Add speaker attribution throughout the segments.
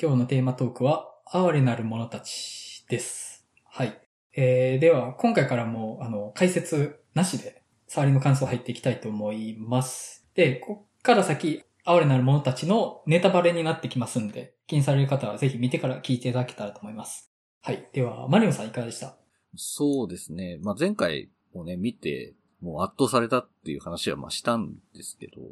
Speaker 1: 今日のテーマトークは、哀れなる者たちです。はい。えー、では、今回からも、あの、解説なしで、触りの感想入っていきたいと思います。で、こっから先、哀れなる者たちのネタバレになってきますんで、気にされる方はぜひ見てから聞いていただけたらと思います。はい。では、マリオさんいかがでした
Speaker 2: そうですね。まあ、前回もね、見て、もう圧倒されたっていう話はまあしたんですけど、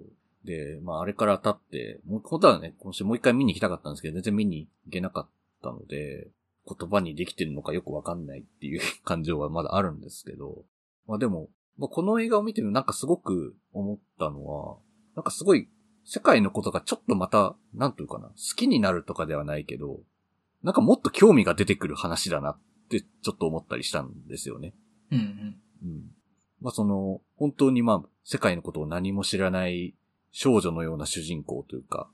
Speaker 2: で、まあ、あれから経って、もう、本当はね、今週もう一回見に行きたかったんですけど、全然見に行けなかったので、言葉にできてるのかよくわかんないっていう感情はまだあるんですけど、まあでも、まあ、この映画を見てるなんかすごく思ったのは、なんかすごい、世界のことがちょっとまた、なんというかな、好きになるとかではないけど、なんかもっと興味が出てくる話だなってちょっと思ったりしたんですよね。
Speaker 1: うんうん。
Speaker 2: うん。まあその、本当にまあ、世界のことを何も知らない少女のような主人公というか、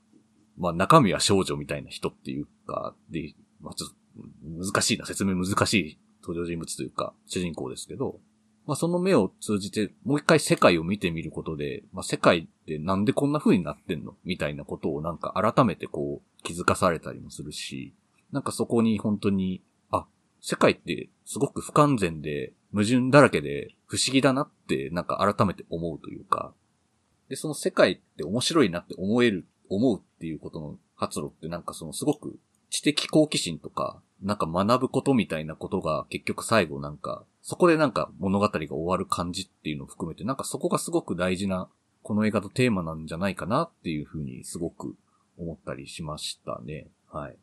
Speaker 2: まあ中身は少女みたいな人っていうか、で、まあちょっと難しいな、説明難しい登場人物というか、主人公ですけど、まあその目を通じて、もう一回世界を見てみることで、まあ世界ってなんでこんな風になってんのみたいなことをなんか改めてこう気づかされたりもするし、なんかそこに本当に、あ、世界ってすごく不完全で、矛盾だらけで不思議だなってなんか改めて思うというか、で、その世界って面白いなって思える、思うっていうことの発露ってなんかそのすごく知的好奇心とか、なんか学ぶことみたいなことが結局最後なんか、そこでなんか物語が終わる感じっていうのを含めて、なんかそこがすごく大事な、この映画のテーマなんじゃないかなっていうふうにすごく思ったりしましたね。はい。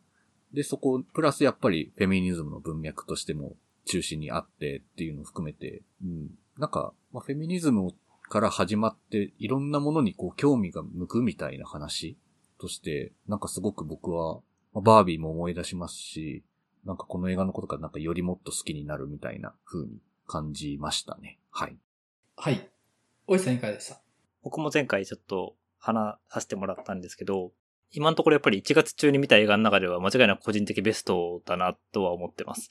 Speaker 2: で、そこ、プラスやっぱりフェミニズムの文脈としても中心にあってっていうのを含めて、うん。なんか、まあ、フェミニズムから始まって、いろんなものにこう興味が向くみたいな話として、なんかすごく僕は、まあバービーも思い出しますし、なんかこの映画のことがなんかよりもっと好きになるみたいな風に感じましたね。はい。
Speaker 1: はい。おいさんいかがでした
Speaker 3: 僕も前回ちょっと話させてもらったんですけど、今のところやっぱり1月中に見た映画の中では間違いなく個人的ベストだなとは思ってます。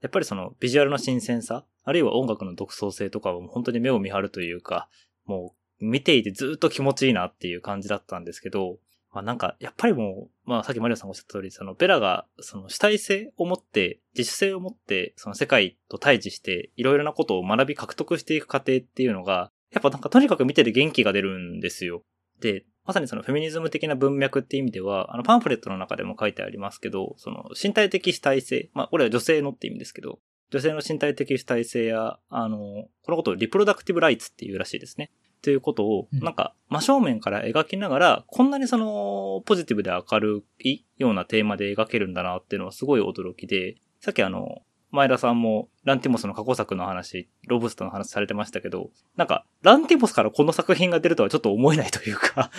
Speaker 3: やっぱりそのビジュアルの新鮮さ、あるいは音楽の独創性とかはもう本当に目を見張るというか、もう見ていてずっと気持ちいいなっていう感じだったんですけど、まあなんかやっぱりもう、まあさっきマリオさんがおっしゃった通り、そのベラがその主体性を持って、自主性を持って、その世界と対峙していろいろなことを学び獲得していく過程っていうのが、やっぱなんかとにかく見てて元気が出るんですよ。で、まさにそのフェミニズム的な文脈っていう意味では、あのパンフレットの中でも書いてありますけど、その身体的主体性、まあこれは女性のって意味ですけど、女性の身体的主体性や、あの、このことをリプロダクティブライツっていうらしいですね。ということを、
Speaker 1: うん
Speaker 3: なんか真正面から描きながら、こんなにそのポジティブで明るいようなテーマで描けるんだなっていうのはすごい驚きで、さっきあの、前田さんもランティモスの過去作の話、ロブスターの話されてましたけど、なんか、ランティモスからこの作品が出るとはちょっと思えないというか、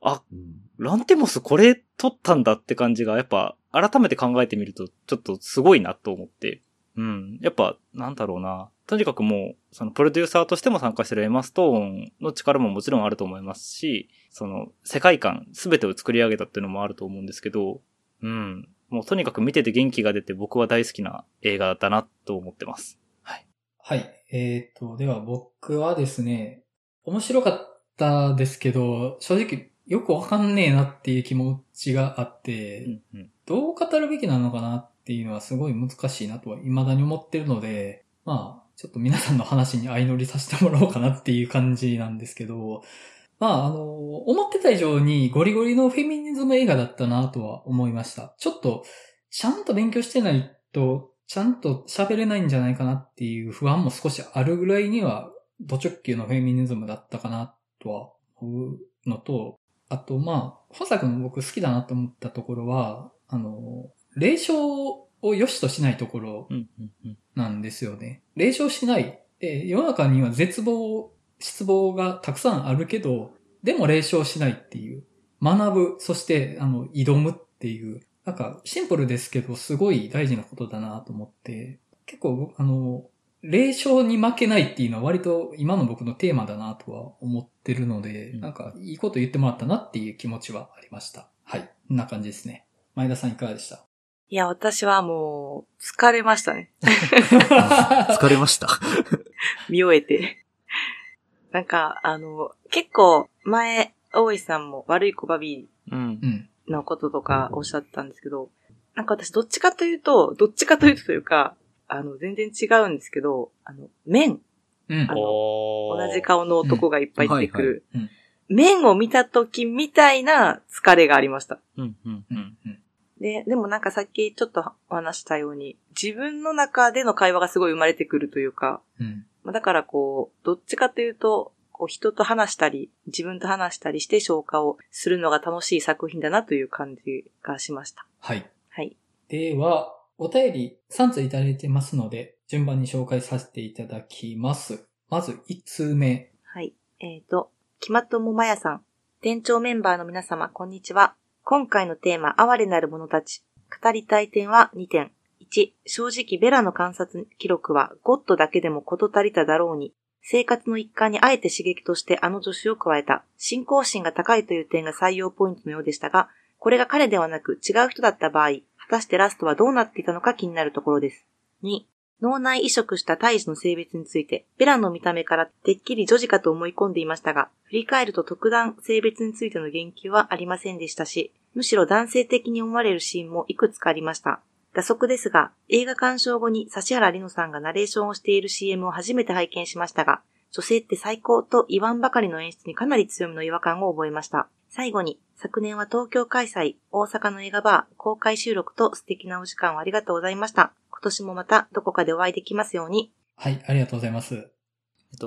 Speaker 3: あ、
Speaker 2: うん
Speaker 3: ランティモスこれ撮ったんだって感じが、やっぱ、改めて考えてみると、ちょっとすごいなと思って。うん。やっぱ、なんだろうな。とにかくもう、そのプロデューサーとしても参加してるエマ・ストーンの力ももちろんあると思いますし、その、世界観、すべてを作り上げたっていうのもあると思うんですけど、うん。もうとにかく見てて元気が出て僕は大好きな映画だなと思ってます。
Speaker 1: はい。えー、と、では僕はですね、面白かったですけど、正直よくわかんねえなっていう気持ちがあって、
Speaker 3: うんうん。
Speaker 1: どう語るべきなのかなっていうのはすごい難しいなとは未だに思ってるので、まあ、ちょっと皆さんの話に相乗りさせてもらおうかなっていう感じなんですけど、まあ、あの、思ってた以上にゴリゴリのフェミニズム映画だったなとは思いました。ちょっと、ちゃんと勉強してないと、ちゃんと喋れないんじゃないかなっていう不安も少しあるぐらいには、ド直球のフェミニズムだったかなとは思うのと、あと、まあ、本作の僕好きだなと思ったところは、あの、霊障を良しとしないところ
Speaker 3: うんうんうん。
Speaker 1: なんですよね。霊障しない。で、世の中には絶望、失望がたくさんあるけど、でも霊障しないっていう。学ぶ、そして、あの、挑むっていう。なんか、シンプルですけど、すごい大事なことだなと思って、結構僕、あの、霊障に負けないっていうのは割と今の僕のテーマだなとは思ってるので、
Speaker 3: うん
Speaker 1: なんか、いいこと言ってもらったなっていう気持ちはありました。はい。こんな感じですね。前田さんいかがで した
Speaker 4: いや、私はもう、疲れましたね。
Speaker 2: 疲れました。
Speaker 4: 見終えて。 なんか、あの、結構、前、大石さんも悪い子バビ
Speaker 3: うん
Speaker 1: う。ん。
Speaker 4: のこととかおっしゃったんですけど、なんか私どっちかというと、どっちかというとというか、あの、全然違うんですけど、あの、面、
Speaker 1: うん
Speaker 4: あ。の
Speaker 3: お
Speaker 4: 同
Speaker 3: ー
Speaker 4: じ。顔の男がいっぱい出てくる
Speaker 1: うんはいは。
Speaker 4: 面を見た時みたいな疲れがありました。
Speaker 3: うん、うん、うん。
Speaker 1: うん
Speaker 4: で、でもなんかさっきちょっとお話したように、自分の中での会話がすごい生まれてくるというか、
Speaker 1: うん。
Speaker 4: まあだからこう、どっちかというと、こう人と話したり、自分と話したりして消化をするのが楽しい作品だなという感じがしました。
Speaker 1: はい。
Speaker 4: はい。
Speaker 1: では、お便り3ついただいてますので、順番に紹介させていただきます。まず1通目。
Speaker 4: はい。えっ、と、きまともまやさん、店長メンバーの皆様、こんにちは。今回のテーマ、哀れなる者たち。語りたい点は2点。1、正直ベラの観察記録はゴッドだけでも事足りただろうに、生活の一環にあえて刺激としてあの助手を加えた、信仰心が高いという点が採用ポイントのようでしたが、これが彼ではなく違う人だった場合、果たしてラストはどうなっていたのか気になるところです。2、脳内移植した胎児の性別について、ベランの見た目からてっきり女児かと思い込んでいましたが、振り返ると特段性別についての言及はありませんでしたし、むしろ男性的に思われるシーンもいくつかありました。打足ですが、映画鑑賞後に指原莉乃さんがナレーションをしている CM を初めて拝見しましたが、女性って最高と言わんばかりの演出にかなり強みの違和感を覚えました。最後に、昨年は東京開催、大阪の映画バー、公開収録と素敵なお時間をありがとうございました。今年もまたどこかでお会いできますように。
Speaker 1: はい、ありがとうございます。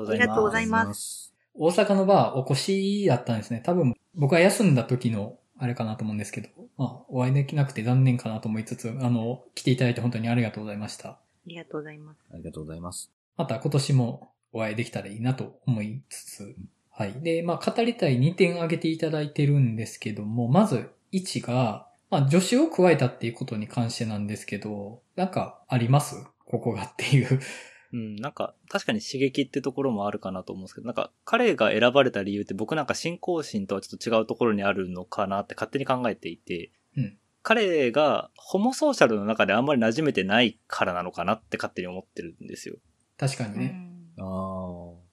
Speaker 3: ありがとうご
Speaker 4: あ
Speaker 3: ざい
Speaker 4: り
Speaker 3: ます。ま
Speaker 4: がとうございます。
Speaker 1: 大阪のバー、お越しだったんですね。多分、僕は休んだ時の、あれかなと思うんですけど、まあ、お会いできなくて残念かなと思いつつ、あの、来ていただいて本当にありがとうございました。
Speaker 4: ありがとうございます。
Speaker 2: ありがとうございます。
Speaker 1: また今年もお会いできたらいいなと思いつつ、はい。で、まあ、語りたい2点挙げていただいてるんですけども、まず1が、まあ、助手を加えたっていうことに関してなんですけど、なんかありますここがっていう。
Speaker 3: うん、なんか、確かに刺激ってところもあるかなと思うんですけど、なんか、彼が選ばれた理由って僕なんか信仰心とはちょっと違うところにあるのかなって勝手に考えていて、
Speaker 1: うん
Speaker 3: 彼がホモソーシャルの中であんまり馴染めてないからなのかなって勝手に思ってるんですよ。
Speaker 1: 確かにね。
Speaker 2: ああ。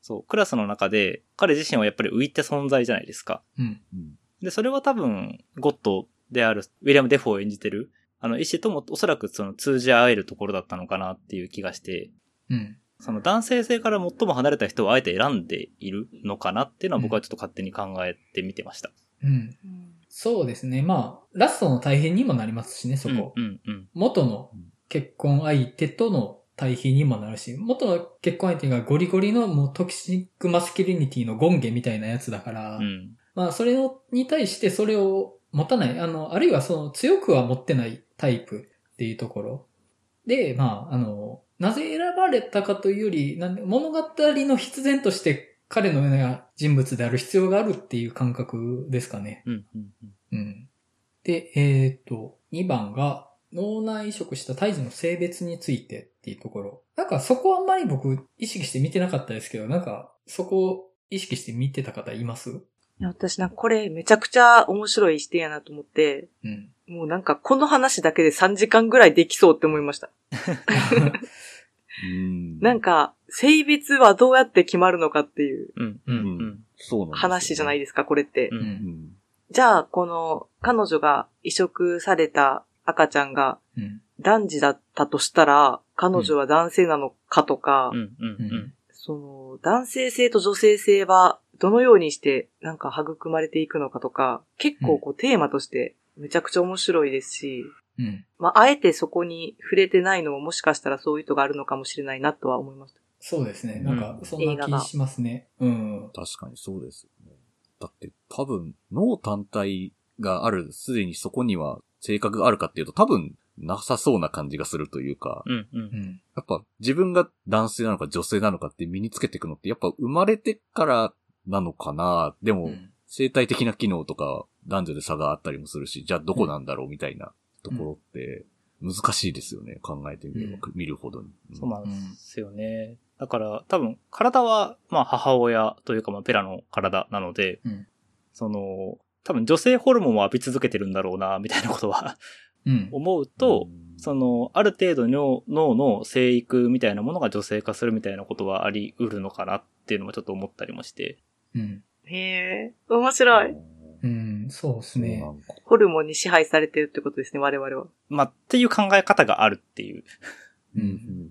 Speaker 3: そう、クラスの中で彼自身はやっぱり浮いた存在じゃないですか。
Speaker 1: うん。
Speaker 2: うん。
Speaker 3: で、それは多分、ゴッドである、ウィリアム・デフォーを演じてる、あの、医師ともおそらくその通じ合えるところだったのかなっていう気がして、
Speaker 1: うん。
Speaker 3: その男性性から最も離れた人をあえて選んでいるのかなっていうのは僕はちょっと勝手に考えてみてました。
Speaker 1: うん。
Speaker 4: うん
Speaker 1: そうですね。まあ、ラストの大変にもなりますしね、そこ。
Speaker 3: うん、うん、
Speaker 1: 元の結婚相手との対比にもなるし、元の結婚相手がゴリゴリのもうトキシックマスキュリニティのゴンゲみたいなやつだから、
Speaker 3: うん。うん。
Speaker 1: まあそれをに対してそれを持たない、あの、あるいはその強くは持ってないタイプっていうところ。で、まあ、あの、なぜ選ばれたかというより、なんで物語の必然として彼のような人物である必要があるっていう感覚ですかね。
Speaker 3: うん、うん。
Speaker 1: うん。で、えっ、と、2番が、脳内移植した胎児の性別についてっていうところ。なんかそこはあんまり僕意識して見てなかったですけど、なんかそこを意識して見てた方います
Speaker 4: いや私なんかこれめちゃくちゃ面白い視点やなと思って、
Speaker 1: うん。
Speaker 4: もうなんかこの話だけで3時間ぐらいできそうって思いました。
Speaker 2: うん。
Speaker 4: なんか、性別はどうやって決まるのかっていう
Speaker 3: うん、うん、う
Speaker 2: そ
Speaker 3: ん。
Speaker 2: うなんですよね
Speaker 4: 話じゃないですか、これって。
Speaker 3: う、
Speaker 1: うん
Speaker 2: うん。
Speaker 4: じゃあ、この彼女が移植された赤ちゃんが
Speaker 1: うん。
Speaker 4: 男児だったとしたら、彼女は男性なのかとか、
Speaker 3: うん、うん、うん。
Speaker 4: その、男性性と女性性はどのようにしてなんか育まれていくのかとか、結構こうテーマとしてめちゃくちゃ面白いですし、
Speaker 1: うん。
Speaker 4: まあ、あえてそこに触れてないのももしかしたらそういう意図があるのかもしれないなとは思いました。
Speaker 1: そうですね。なんか
Speaker 2: うん
Speaker 1: そんな気しますね。うん。
Speaker 2: 確かにそうですよね。だって多分脳単体がある、すでにそこには性格があるかっていうと多分なさそうな感じがするというか、
Speaker 3: うん、う。
Speaker 1: うんん。
Speaker 2: やっぱ自分が男性なのか女性なのかって身につけていくのってやっぱ生まれてからなのかなで
Speaker 1: う
Speaker 2: も
Speaker 1: ん
Speaker 2: 生体的な機能とか男女で差があったりもするし、じゃあどこなんだろうみたいなところって難しいですよね。考えてみれば、見るほどに。
Speaker 3: そうなんですよね。だから、多分、体は、まあ、母親というか、まあ、ペラの体なので、
Speaker 1: うん
Speaker 3: その、多分、女性ホルモンを浴び続けてるんだろうな、みたいなことは
Speaker 1: うん。
Speaker 3: 思う
Speaker 2: うん
Speaker 3: と、その、ある程度の脳の生育みたいなものが女性化するみたいなことはあり得るのかなっていうのもちょっと思ったりもして。
Speaker 1: うん。
Speaker 4: へえ、面白い。
Speaker 1: ううん、そうですね。
Speaker 2: そうなんか
Speaker 4: ホルモンに支配されてるってことですね、我々は。
Speaker 3: まあ、っていう考え方があるっていう。
Speaker 1: う
Speaker 2: うん
Speaker 1: ん。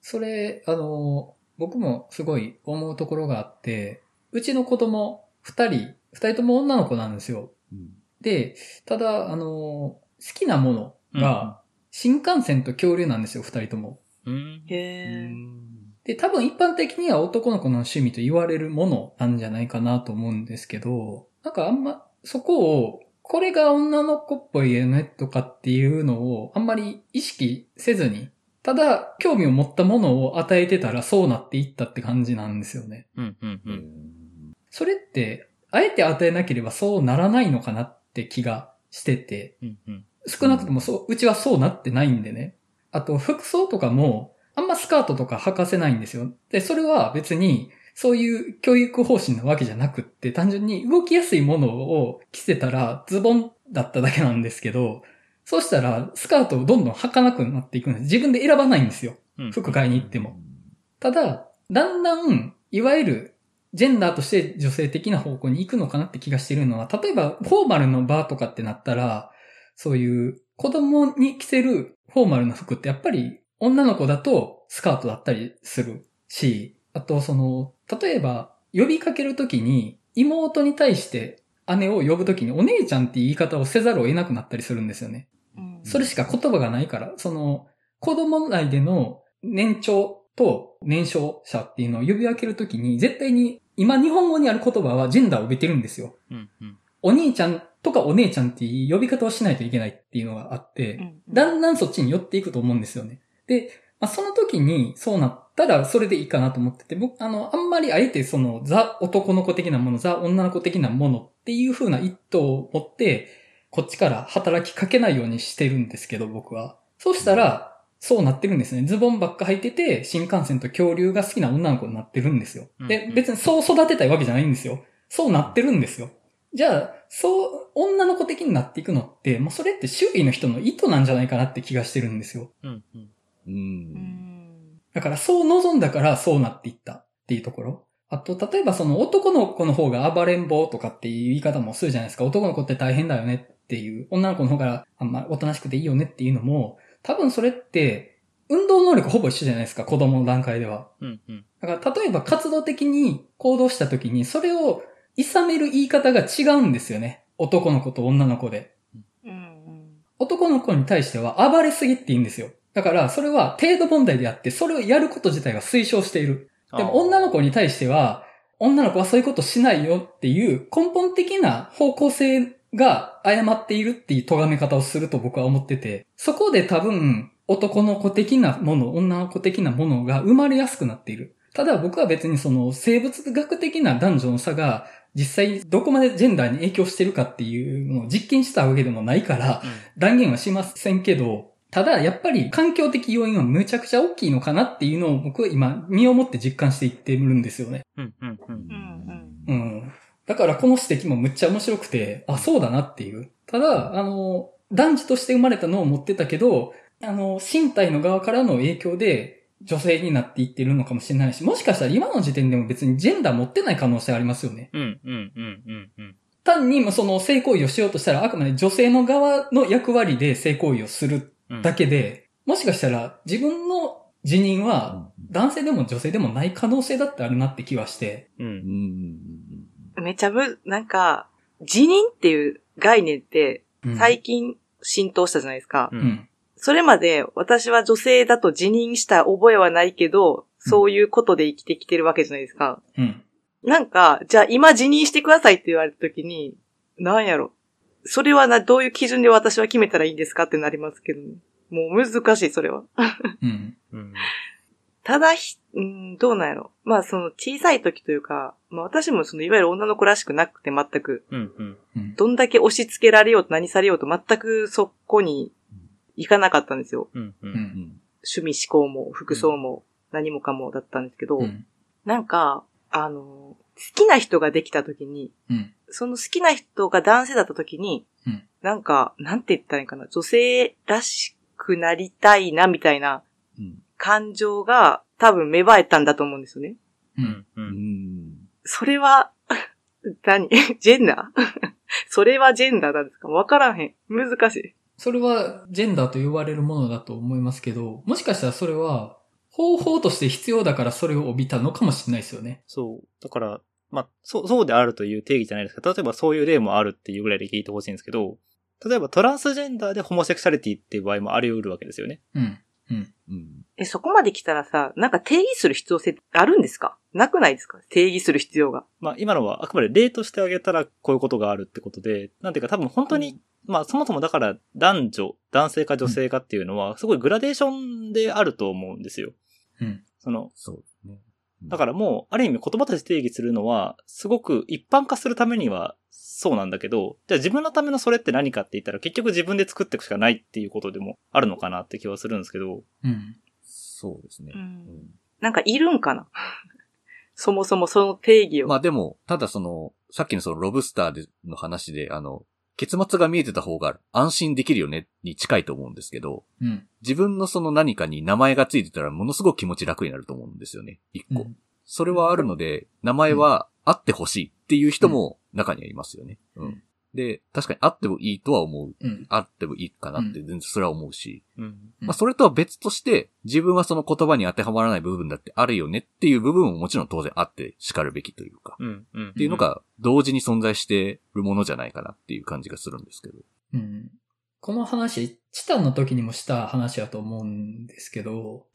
Speaker 1: それ、あの、僕もすごい思うところがあって、うちの子供二人、二人とも女の子なんですよ。
Speaker 2: うん
Speaker 1: で、ただ、あの、好きなものが、新幹線と恐竜なんですよ、二人とも。
Speaker 3: うん。
Speaker 2: う
Speaker 4: へえ。
Speaker 2: ん
Speaker 1: で、多分一般的には男の子の趣味と言われるものなんじゃないかなと思うんですけど、なんかあんま、そこを、これが女の子っぽいよねとかっていうのをあんまり意識せずに、ただ興味を持ったものを与えてたらそうなっていったって感じなんですよね。
Speaker 3: うん、うん、
Speaker 2: う
Speaker 3: うんん。
Speaker 1: それって、あえて与えなければそうならないのかなって気がしてて、
Speaker 3: うん、うん。
Speaker 1: 少なくともそう、うちはそうなってないんでね。あと、服装とかも、あんまスカートとか履かせないんですよ。で、それは別に、そういう教育方針なわけじゃなくって、単純に動きやすいものを着せたら、ズボンだっただけなんですけど、そうしたら、スカートをどんどん履かなくなっていくんです。自分で選ばないんですよ。
Speaker 3: うん
Speaker 1: 服買いに行っても。ただ、だんだん、いわゆる、ジェンダーとして女性的な方向に行くのかなって気がしてるのは、例えば、フォーマルのバーとかってなったら、そういう、子供に着せるフォーマルの服ってやっぱり、女の子だとスカートだったりするし、あと、その、例えば、呼びかけるときに、妹に対して姉を呼ぶときに、お姉ちゃんって言い方をせざるを得なくなったりするんですよね。
Speaker 4: うん
Speaker 1: それしか言葉がないから、その、子供内での年長と年少者っていうのを呼び分けるときに、絶対に今日本語にある言葉はジェンダーを帯びてるんですよ。
Speaker 3: うん、うん。
Speaker 1: お兄ちゃんとかお姉ちゃんっていう呼び方をしないといけないっていうのがあって、
Speaker 4: うん
Speaker 1: だんだんそっちに寄っていくと思うんですよね。で、まあ、その時にそうなったらそれでいいかなと思ってて、僕、あの、あんまりあえてそのザ男の子的なもの、ザ女の子的なものっていう風な一途を持って、こっちから働きかけないようにしてるんですけど、僕は。そうしたら、そうなってるんですね。ズボンばっか履いてて、新幹線と恐竜が好きな女の子になってるんですよ。
Speaker 3: うん
Speaker 1: で
Speaker 3: う、ん
Speaker 1: 別にそう育てたいわけじゃないんですよ。そうなってるんですよ。じゃあ、そう、女の子的になっていくのって、もうそれって周囲の人の意図なんじゃないかなって気がしてるんですよ。
Speaker 3: うん、うん。
Speaker 2: う
Speaker 4: うんん
Speaker 1: だから、そう望んだからそうなっていったっていうところ。あと、例えばその男の子の方が暴れん坊とかっていう言い方もするじゃないですか。男の子って大変だよねっていう、女の子の方があんまおとなしくていいよねっていうのも、多分それって、運動能力ほぼ一緒じゃないですか、子供の段階では。
Speaker 3: うん、うん。
Speaker 1: だから、例えば活動的に行動した時に、それを諌める言い方が違うんですよね。男の子と女の子で。
Speaker 4: うん
Speaker 1: 男の子に対しては暴れすぎって言うんですよ。だから、それは程度問題であって、それをやること自体が推奨している。でも、女の子に対しては、女の子はそういうことしないよっていう根本的な方向性が誤っているっていう咎め方をすると僕は思ってて、そこで多分、男の子的なもの、女の子的なものが生まれやすくなっている。ただ僕は別にその生物学的な男女の差が実際どこまでジェンダーに影響してるかっていうのを実験したわけでもないから、断言はしませんけど、ただやっぱり環境的要因はむちゃくちゃ大きいのかなっていうのを僕は今身をもって実感していってるんですよね。
Speaker 3: うん、うん、うん。
Speaker 4: うんうん
Speaker 1: うん。だからこの指摘もむっちゃ面白くて、あ、そうだなっていう。ただ、あの、男児として生まれたのを持ってたけど、あの、身体の側からの影響で女性になっていってるのかもしれないし、もしかしたら今の時点でも別にジェンダー持ってない可能性ありますよね。
Speaker 3: うん、うん、うん、うん、うん。
Speaker 1: 単にもうその性行為をしようとしたらあくまで女性の側の役割で性行為をする
Speaker 3: うん
Speaker 1: だけで、もしかしたら自分の辞任は
Speaker 2: う
Speaker 1: 男性でも女性でもない可能性だってあるなって気はして、
Speaker 3: うんん。
Speaker 4: うんめちゃむ、なんか、辞任っていう概念って
Speaker 1: うん
Speaker 4: 最近浸透したじゃないですか。
Speaker 3: うん
Speaker 1: うん。
Speaker 4: それまで私は女性だと辞任した覚えはないけど、そういうことで生きてきてるわけじゃないですか。
Speaker 1: うん。
Speaker 4: なんか、じゃあ今辞任してくださいって言われた時に、なんやろ。それはな、どういう基準で私は決めたらいいんですかってなりますけどね。もう難しい、それは。
Speaker 1: うん。
Speaker 3: うん。
Speaker 4: ただひ、うん、どうなんやろ。まあその小さい時というか、まあ私もそのいわゆる女の子らしくなくて全く、
Speaker 3: うん、うん。
Speaker 1: うん。
Speaker 4: どんだけ押し付けられようと何されようと全くそこに行かなかったんですよ。
Speaker 3: うん、う。
Speaker 1: うんん。
Speaker 4: 趣味思考も服装も何もかもだったんですけど、
Speaker 1: うん。
Speaker 4: なんか、あの、好きな人ができた時に、
Speaker 1: うん。
Speaker 4: その好きな人が男性だった時に、
Speaker 1: うん
Speaker 4: なんか、なんて言ったらいいかな、女性らしくなりたいなみたいな感情が多分芽生えたんだと思うんですよね。
Speaker 1: うん。
Speaker 3: うん。
Speaker 2: ん
Speaker 4: それは、 何 ジェンダー それはジェンダーなんですかわからんへん。難しい。
Speaker 1: それはジェンダーと呼ばれるものだと思いますけど、もしかしたらそれは方法として必要だからそれを帯びたのかもしれないですよね。
Speaker 3: そう。だから、まあ、そう、そうであるという定義じゃないですか。例えばそういう例もあるっていうぐらいで聞いてほしいんですけど、例えばトランスジェンダーでホモセクシャリティっていう場合もあり得るわけですよね。
Speaker 1: うん。
Speaker 2: うん。
Speaker 4: え、そこまで来たらさ、なんか定義する必要性ってあるんですかなくないですか定義する必要が。
Speaker 3: まあ今のはあくまで例としてあげたらこういうことがあるってことで、なんていうか多分本当に、まあそもそもだから男女、男性か女性かっていうのはすごいグラデーションであると思うんですよ。
Speaker 1: うん。
Speaker 3: その、
Speaker 2: そうね。
Speaker 3: だからもう、ある意味言葉として定義するのは、すごく一般化するためにはそうなんだけど、じゃあ自分のためのそれって何かって言ったら結局自分で作っていくしかないっていうことでもあるのかなって気はするんですけど、
Speaker 1: うん。
Speaker 2: そうですね。
Speaker 4: ん。なんかいるんかな そもそもその定義を。
Speaker 2: まあでも、ただその、さっきのそのロブスターでの話で、あの、結末が見えてた方が安心できるよねに近いと思うんですけど、
Speaker 1: うん。
Speaker 2: 自分のその何かに名前がついてたらものすごく気持ち楽になると思うんですよね。一個。
Speaker 1: うん
Speaker 2: それはあるので、名前はあってほしいっていう人も中にはいますよね。うん。
Speaker 1: うん
Speaker 2: で、確かにあってもいいとは思う。
Speaker 1: うん。
Speaker 2: あってもいいかなって全然それは思うし。
Speaker 3: うん。
Speaker 1: うん
Speaker 2: まあそれとは別として、自分はその言葉に当てはまらない部分だってあるよねっていう部分ももちろん当然あって叱るべきというか。
Speaker 3: うん。うん。っ
Speaker 2: っていうの、が同時に存在してるものじゃないかなっていう感じがするんですけど。
Speaker 1: うん。この話、チタンの時にもした話だと思うんですけど、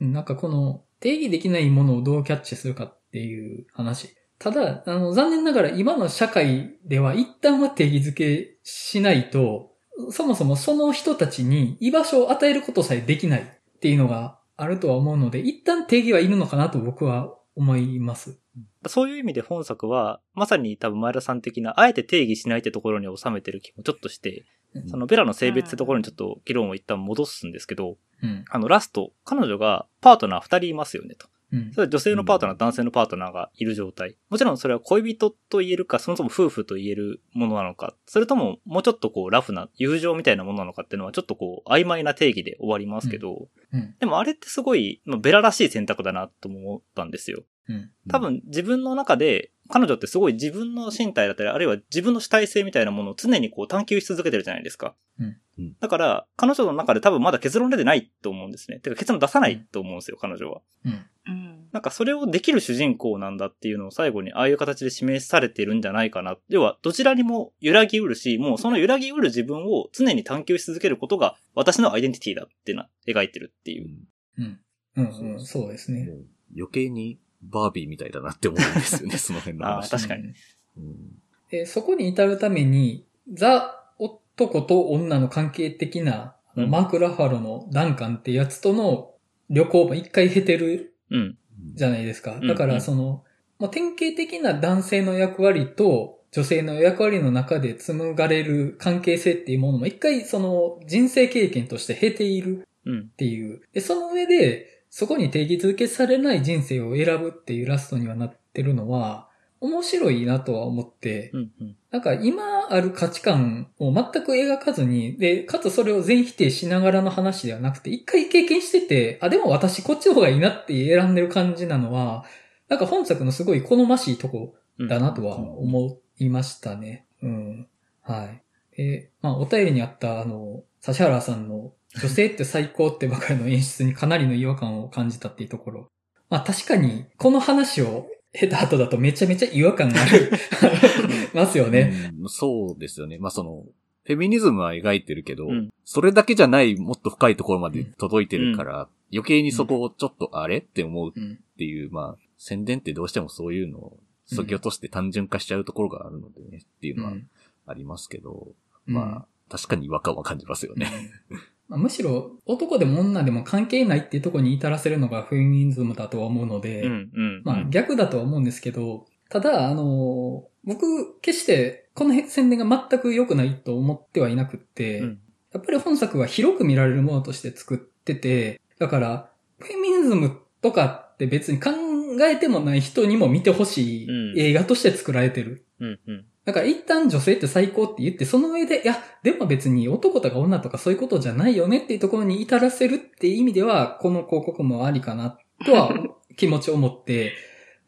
Speaker 2: うん。
Speaker 1: なんかこの定義できないものをどうキャッチするかっていう話。ただ、あの、残念ながら今の社会では一旦は定義づけしないと、そもそもその人たちに居場所を与えることさえできないっていうのがあるとは思うので、一旦定義はいるのかなと僕は思います。
Speaker 3: そういう意味で本作は、まさに多分前田さん的な、あえて定義しないってところに収めてる気もちょっとして、
Speaker 1: うん
Speaker 3: そのベラの性別ってところにちょっと議論を一旦戻すんですけど、
Speaker 1: うん。
Speaker 3: あのラスト、彼女がパートナー二人いますよねと。
Speaker 1: うん
Speaker 3: そ。れは女性のパートナー、男性のパートナーがいる状態。もちろんそれは恋人と言えるか、そもそも夫婦と言えるものなのか、それとももうちょっとこうラフな友情みたいなものなのかっていうのはちょっとこう曖昧な定義で終わりますけど、
Speaker 1: うん。
Speaker 3: でもあれってすごい、まあベラらしい選択だなとも思ったんですよ。
Speaker 1: うん。
Speaker 3: 多分自分の中で、彼女ってすごい自分の身体だったり、あるいは自分の主体性みたいなものを常にこう探求し続けてるじゃないですか。
Speaker 1: うん
Speaker 2: うん
Speaker 3: だから、彼女の中で多分まだ結論出てないと思うんですね。てか結論出さないと思うんですよ、彼女は。
Speaker 1: うん。
Speaker 4: うん。
Speaker 3: なんかそれをできる主人公なんだっていうのを最後にああいう形で示されてるんじゃないかな。要は、どちらにも揺らぎうるし、もうその揺らぎうる自分を常に探求し続けることが私のアイデンティティだってな、描いてるっていうう。
Speaker 2: ん
Speaker 1: うん。うん。うん。そうですね。
Speaker 2: もう余計にバービーみたいだなって思うんですよね、その辺の
Speaker 3: ああ、
Speaker 2: 話。
Speaker 3: 確かに。
Speaker 2: うん
Speaker 1: で、そこに至るために、ザ男と女の関係的な、あの
Speaker 3: うん
Speaker 1: マーク・ラファロのダンカンってやつとの旅行も一回経てる
Speaker 3: うん。
Speaker 1: じゃないですか。
Speaker 3: ん
Speaker 1: だか
Speaker 3: う
Speaker 1: ら
Speaker 3: ん
Speaker 1: その、まあ、典型的な男性の役割と女性の役割の中で紡がれる関係性っていうものも一回その人生経験として経ている
Speaker 3: うん
Speaker 1: っ。ていう。で、その上で、そこに定義づけされない人生を選ぶっていうラストにはなってるのは、面白いなとは思って、
Speaker 3: うん。うん。
Speaker 1: なんか今ある価値観を全く描かずに、で、かつそれを全否定しながらの話ではなくて、一回経験してて、あ、でも私こっちの方がいいなって選んでる感じなのは、なんか本作のすごい好ましいとこ
Speaker 3: うん
Speaker 1: だなとは思いましたね。うん。はい。え、まあお便りにあった、あの、指原さんの女性って最高ってばかりの演出にかなりの違和感を感じたっていうところ。まあ確かに、この話を経た後だとめちゃめちゃ違和感がある、 ますよね。
Speaker 2: うんそうですよね。まあ、その、フェミニズムは描いてるけど、
Speaker 3: うん
Speaker 2: それだけじゃないもっと深いところまで届いてるから、余計にそこをちょっとあれって思うっ
Speaker 1: うん。
Speaker 2: ていう、まあ、宣伝ってどうしてもそういうのを削ぎ落として単純化しちゃうところがあるのでね、っていうのはありますけど、まあ、確かに違和感は感じますよ
Speaker 1: うん、
Speaker 2: ね。
Speaker 1: まあむしろ男でも女でも関係ないっていうところに至らせるのがフェミニズムだとは思うので、
Speaker 3: うん。うん。
Speaker 1: まあ逆だとは思うんですけど、ただ、あの、僕、決してこの宣伝が全く良くないと思ってはいなくって、
Speaker 3: うん
Speaker 1: やっぱり本作は広く見られるものとして作ってて、だから、フェミニズムとかって別に考えてもない人にも見てほし
Speaker 3: うん
Speaker 1: い映画として作られてる
Speaker 3: うん。うん。
Speaker 1: だから一旦女性って最高って言って、その上で、いや、でも別に男とか女とかそういうことじゃないよねっていうところに至らせるっていう意味では、この広告もありかなとは気持ちを持って、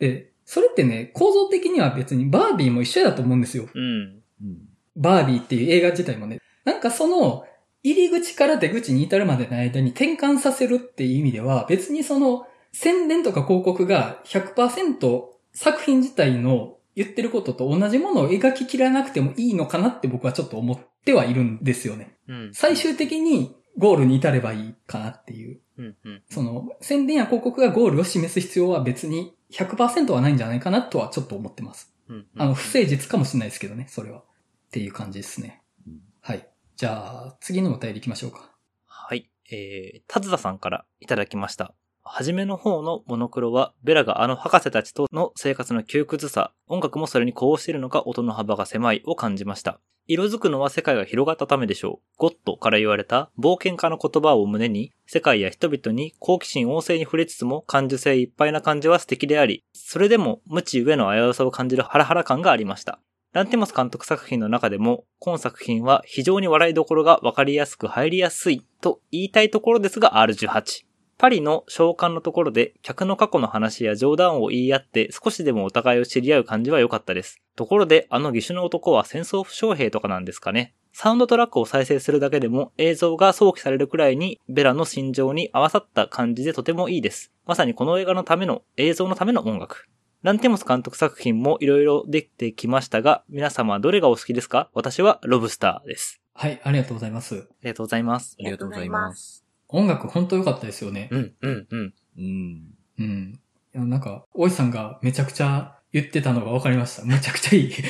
Speaker 1: で、それってね、構造的には別にバービーも一緒だと思うんですよ。
Speaker 3: うん。
Speaker 2: うん。
Speaker 1: バービーっていう映画自体もね。なんかその、入り口から出口に至るまでの間に転換させるっていう意味では、別にその、宣伝とか広告が100%作品自体の言ってることと同じものを描ききらなくてもいいのかなって僕はちょっと思ってはいるんですよね。
Speaker 3: うん。
Speaker 1: 最終的にゴールに至ればいいかなっていう。
Speaker 3: うん。うん。
Speaker 1: その、宣伝や広告がゴールを示す必要は別に100%はないんじゃないかなとはちょっと思ってます。
Speaker 3: うん。
Speaker 1: あの、不誠実かもしれないですけどね、それは。っていう感じですね
Speaker 2: うん。
Speaker 1: はい。じゃあ、次のお便り行きましょうか。
Speaker 3: はい。えー、タズダさんからいただきました。はじめの方のモノクロは、ベラがあの博士たちとの生活の窮屈さ、音楽もそれに呼応しているのか音の幅が狭いを感じました。色づくのは世界が広がったためでしょう。ゴッドから言われた冒険家の言葉を胸に、世界や人々に好奇心旺盛に触れつつも感受性いっぱいな感じは素敵であり、それでも無知上の危うさを感じるハラハラ感がありました。ランティモス監督作品の中でも、今作品は非常に笑いどころが分かりやすく入りやすいと言いたいところですが R18。パリの召喚のところで客の過去の話や冗談を言い合って少しでもお互いを知り合う感じは良かったです。ところであの義手の男は戦争負傷兵とかなんですかねサウンドトラックを再生するだけでも映像が想起されるくらいにベラの心情に合わさった感じでとてもいいです。まさにこの映画のための映像のための音楽。ランティモス監督作品もいろいろできてきましたが、皆様どれがお好きですか私はロブスターです。
Speaker 1: はい、ありがとうございます
Speaker 3: あ。りがとうございます
Speaker 2: あ。
Speaker 4: り
Speaker 2: り
Speaker 4: が
Speaker 2: がと
Speaker 4: とう
Speaker 2: う
Speaker 4: ご
Speaker 2: ご
Speaker 4: ざ
Speaker 2: ざ
Speaker 4: い
Speaker 2: い
Speaker 4: ま
Speaker 2: ます。
Speaker 1: 音楽本当良かったですよね。
Speaker 3: うん、うん、うん。
Speaker 2: うん。
Speaker 1: うん。いや、なんか、大石さんがめちゃくちゃ言ってたのが分かりました。めちゃくちゃいい。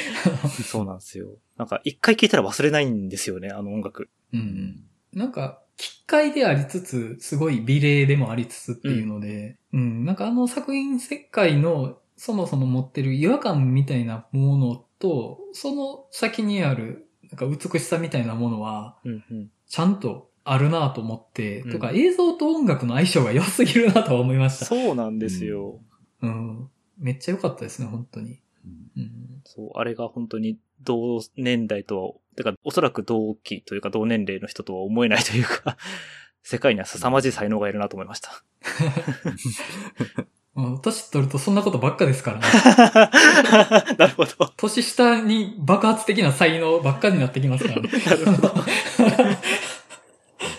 Speaker 3: そうなんですよ。なんか一回聴いたら忘れないんですよね、あの音楽。
Speaker 1: う。。
Speaker 2: うん
Speaker 1: なんか、奇怪でありつつ、すごい美麗でもありつつっていうので、うん、なんかあの作品世界のそもそも持ってる違和感みたいなものと、その先にある、なんか美しさみたいなものは、
Speaker 3: うん、うん。
Speaker 1: ちゃんとあるなと思って、
Speaker 3: うん
Speaker 1: とか映像と音楽の相性が良すぎるなとは思いました。
Speaker 3: そうなんですよ。
Speaker 1: うん。めっちゃ良かったですね、本当に。うん。
Speaker 3: そう、あれが本当に同年代とは、てかおそらく同期というか同年齢の人とは思えないというか、 世界には凄まじい才能がいるなと思いました。
Speaker 1: もう年取るとそんなことばっかですからね。
Speaker 3: なるほど。
Speaker 1: 年下に爆発的な才能ばっかになってきますから ね。
Speaker 3: なるほど。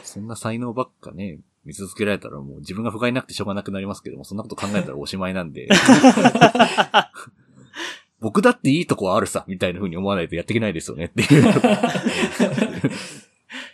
Speaker 2: そんな才能ばっかね、見続けられたらもう自分が不甲斐なくてしょうがなくなりますけども、そんなこと考えたらおしまいな んで。僕だっていいとこはあるさ、みたいな風に思わないとやっていけないですよねっていう。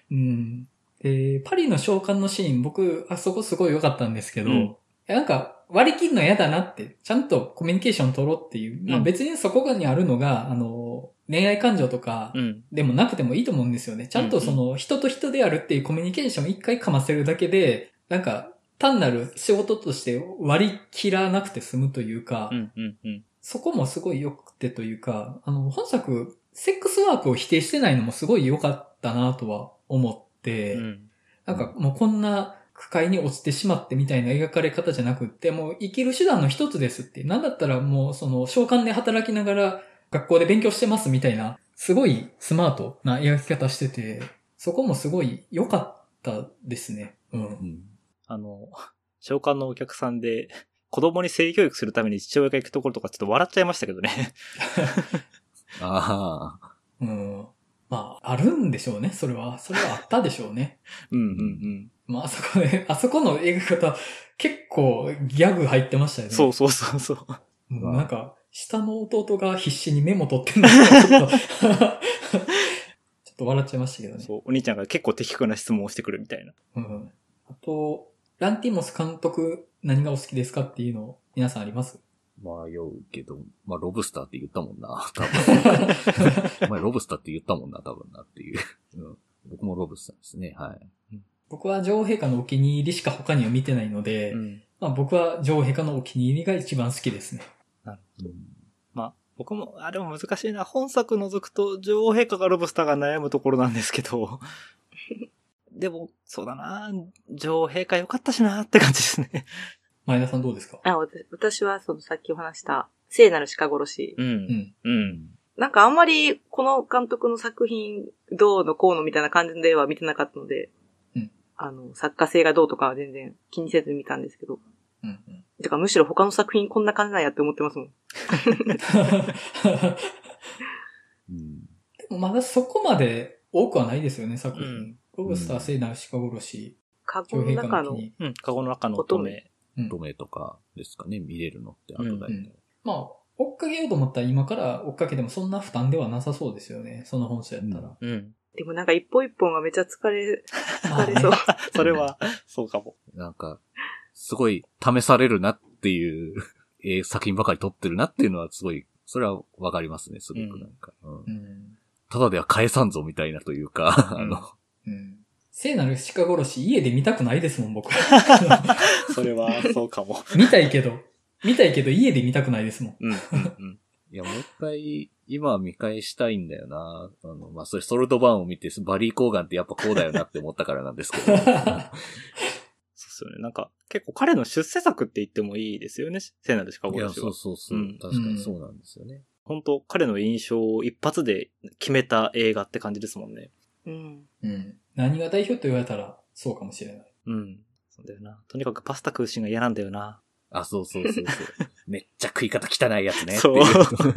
Speaker 1: うん。で、パリの召喚のシーン、僕、あそこすごい良かったんですけど、
Speaker 3: うん
Speaker 1: いやなんか、割り切るの嫌だなって、ちゃんとコミュニケーション取ろうっていう。まあ
Speaker 3: うん
Speaker 1: 別にそこにあるのが、あの、恋愛感情とか
Speaker 3: う、ん。
Speaker 1: でもなくてもいいと思うんですよね。ちゃんとその、人と人であるっていうコミュニケーションを一回かませるだけで、なんか、単なる仕事として割り切らなくて済むというか、
Speaker 3: うん、うん、うん。
Speaker 1: そこもすごい良くてというか、あの、本作、セックスワークを否定してないのもすごい良かったなとは思って、
Speaker 3: うん
Speaker 1: なんかもうこんな苦界に落ちてしまってみたいな描かれ方じゃなくって、もう生きる手段の一つですって、なんだったらもうその召喚で働きながら学校で勉強してますみたいな、すごいスマートな描き方してて、そこもすごい良かったですね。うん。
Speaker 3: あの、 召喚のお客さんで、 子供に性教育するために父親が行くところとかちょっと笑っちゃいましたけどね。
Speaker 2: ああ、
Speaker 1: うん。まあ、あるんでしょうね、それは。それはあったでしょうね。
Speaker 3: うんうん
Speaker 1: まあ、あそこね、あそこの映画方、結構ギャグ入ってましたよ
Speaker 3: うん。
Speaker 1: ね。
Speaker 3: そうそうそうそう。
Speaker 1: もうなんか、下の弟が必死にメモ取ってんの がちょっと、ちょっと笑っちゃいましたけどね。
Speaker 3: そう、お兄ちゃんが結構的確な質問をしてくるみたいな。
Speaker 1: うん。あと、ランティモス監督、何がお好きですかっていうの、皆さんあります
Speaker 2: まあ酔うけど、まあロブスターって言ったもんな、多 分。お前ロブスターって言ったもんな、多分なっていう。うん僕もロブスターですね、はい。
Speaker 1: 僕は女王陛下のお気に入りしか他には見てないので、
Speaker 3: うん。
Speaker 1: まあ僕は女王陛下のお気に入りが一番好きですね。
Speaker 3: まあ、僕も、あ、でも難しいな。本作除くと女王陛下がロブスターが悩むところなんですけど。 でも、そうだな。女王陛下良かったしなって感じですね。
Speaker 1: 前田さんどうですか
Speaker 4: あ、わた私はそのさっきお話した聖なる鹿殺し。
Speaker 3: う。
Speaker 1: うんん。
Speaker 3: うん。
Speaker 4: なんかあんまりこの監督の作品どうのこうのみたいな感じでは見てなかったので、
Speaker 1: うん
Speaker 4: あの、作家性がどうとかは全然気にせず見たんですけど、
Speaker 1: うんうん。
Speaker 4: だからむしろ他の作品こんな感じなんやって思ってますもん。
Speaker 2: うん。
Speaker 1: でもまだそこまで多くはないですよね、作品。
Speaker 3: うん
Speaker 1: ロブスター、聖なる鹿殺し、
Speaker 4: カゴ
Speaker 1: 上
Speaker 4: の
Speaker 1: 陛下
Speaker 4: 中
Speaker 1: の
Speaker 4: の
Speaker 1: 木、に。
Speaker 3: うん、カゴの中の乙女。
Speaker 1: うん
Speaker 2: 透明とかですかね、見れるのって、あとだ
Speaker 1: う
Speaker 2: い
Speaker 1: んまあ、追っかけようと思ったら今から追っかけてもそんな負担ではなさそうですよね、その本数やったら。
Speaker 2: うん
Speaker 3: うん。
Speaker 4: でもなんか一本一本がめちゃ疲 れ、
Speaker 1: まあ
Speaker 4: 疲
Speaker 1: ね
Speaker 4: れそう。
Speaker 3: それは、そうかも。
Speaker 2: なんか、すごい試されるなっていう、 えー作品ばかり撮ってるなっていうのはすごい、それはわかりますね、すごくなんか。うん
Speaker 1: うん。
Speaker 2: ただでは返さんぞみたいなというか、
Speaker 3: うん
Speaker 2: あの、
Speaker 1: うん。聖なる鹿殺し、家で見たくないですもん、僕。
Speaker 3: それは、そうかも。
Speaker 1: 見たいけど、見たいけど家で見たくないですもん。
Speaker 3: うん、うん、
Speaker 2: いや、もう一回、今見返したいんだよな。あの、まあ、それソルトバーンを見て、バリー・コーガンってやっぱこうだよなって思ったからなんですけ ど。
Speaker 3: そうですよね。なんか、結構彼の出世作って言ってもいいですよね、聖なるシカ
Speaker 2: い
Speaker 3: ゴ
Speaker 2: や、
Speaker 3: ロシ
Speaker 2: そ
Speaker 3: は
Speaker 2: う。そうそう。
Speaker 3: うん
Speaker 2: 確かにそうなんですよね。
Speaker 3: 本当彼の印象を一発で決めた映画って感じですもんね。
Speaker 4: うん。
Speaker 1: うん。何が代表と言われたら、そうかもしれない。
Speaker 3: うん。そうだよな。とにかくパスタ食うシーンが嫌なんだよな。
Speaker 2: あ、そうそうそうそう。 めっちゃ食い方汚いやつね。
Speaker 3: そ う
Speaker 2: っていう。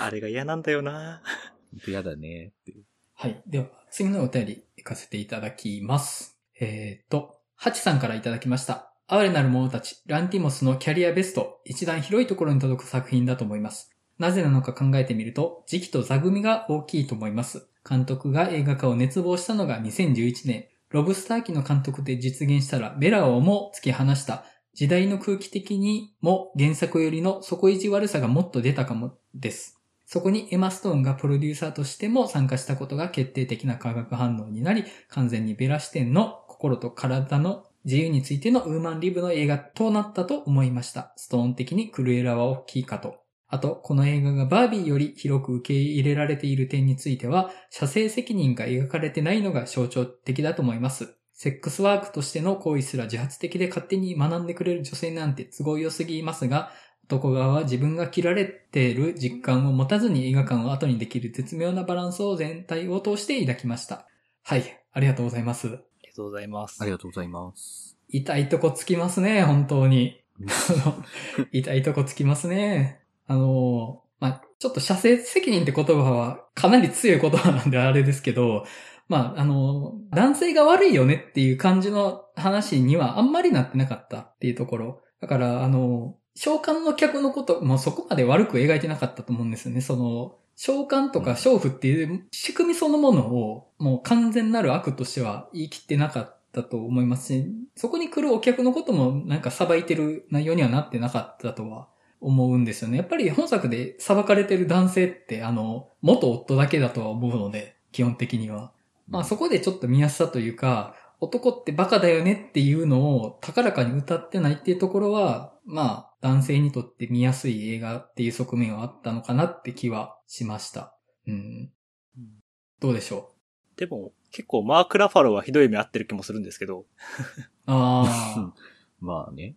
Speaker 3: あれが嫌なんだよな。
Speaker 2: 嫌だねっていう。
Speaker 1: はい。では、次のお便り、行かせていただきます。えー、と、ハチさんからいただきました。哀れなる者たち、ランティモスのキャリアベスト、一段広いところに届く作品だと思います。なぜなのか考えてみると、時期と座組が大きいと思います。監督が映画化を熱望したのが2011年、ロブスター期の監督で実現したら、ベラをも突き放した、時代の空気的にも原作よりの底意地悪さがもっと出たかもです。そこにエマ・ストーンがプロデューサーとしても参加したことが決定的な化学反応になり、完全にベラ視点の心と体の自由についてのウーマンリブの映画となったと思いました。ストーン的にクルエラは大きいかと。あと、この映画がバービーより広く受け入れられている点については、社政責任が描かれてないのが象徴的だと思います。セックスワークとしての行為すら自発的で勝手に学んでくれる女性なんて都合良すぎますが、男側は自分が切られている実感を持たずに映画館を後にできる絶妙なバランスを全体を通して抱きました。はい、ありがとうございます。
Speaker 3: ありがとうございます。
Speaker 2: ありがとうございます。
Speaker 1: 痛いとこつきますね、本当に。あの 痛いとこつきますね。あの、まあ、ちょっと社政責任って言葉はかなり強い言葉なんであれですけど、まあ、あの、男性が悪いよねっていう感じの話にはあんまりなってなかったっていうところ。だから、あの、召喚の客のこともそこまで悪く描いてなかったと思うんですよね。その、召喚とか娼婦っていう仕組みそのものをもう完全なる悪としては言い切ってなかったと思いますし、そこに来るお客のこともなんか裁いてる内容にはなってなかったとは思うんですよね。やっぱり本作で裁かれてる男性ってあの、元夫だけだとは思うので、基本的には。まあそこでちょっと見やすさというか、男ってバカだよねっていうのを高らかに歌ってないっていうところは、まあ男性にとって見やすい映画っていう側面はあったのかなって気はしました。うん。どうでしょ
Speaker 3: でも、結構マーク・ラファローはひどい目合ってる気もするんですけど、
Speaker 1: うああ、
Speaker 2: まあね。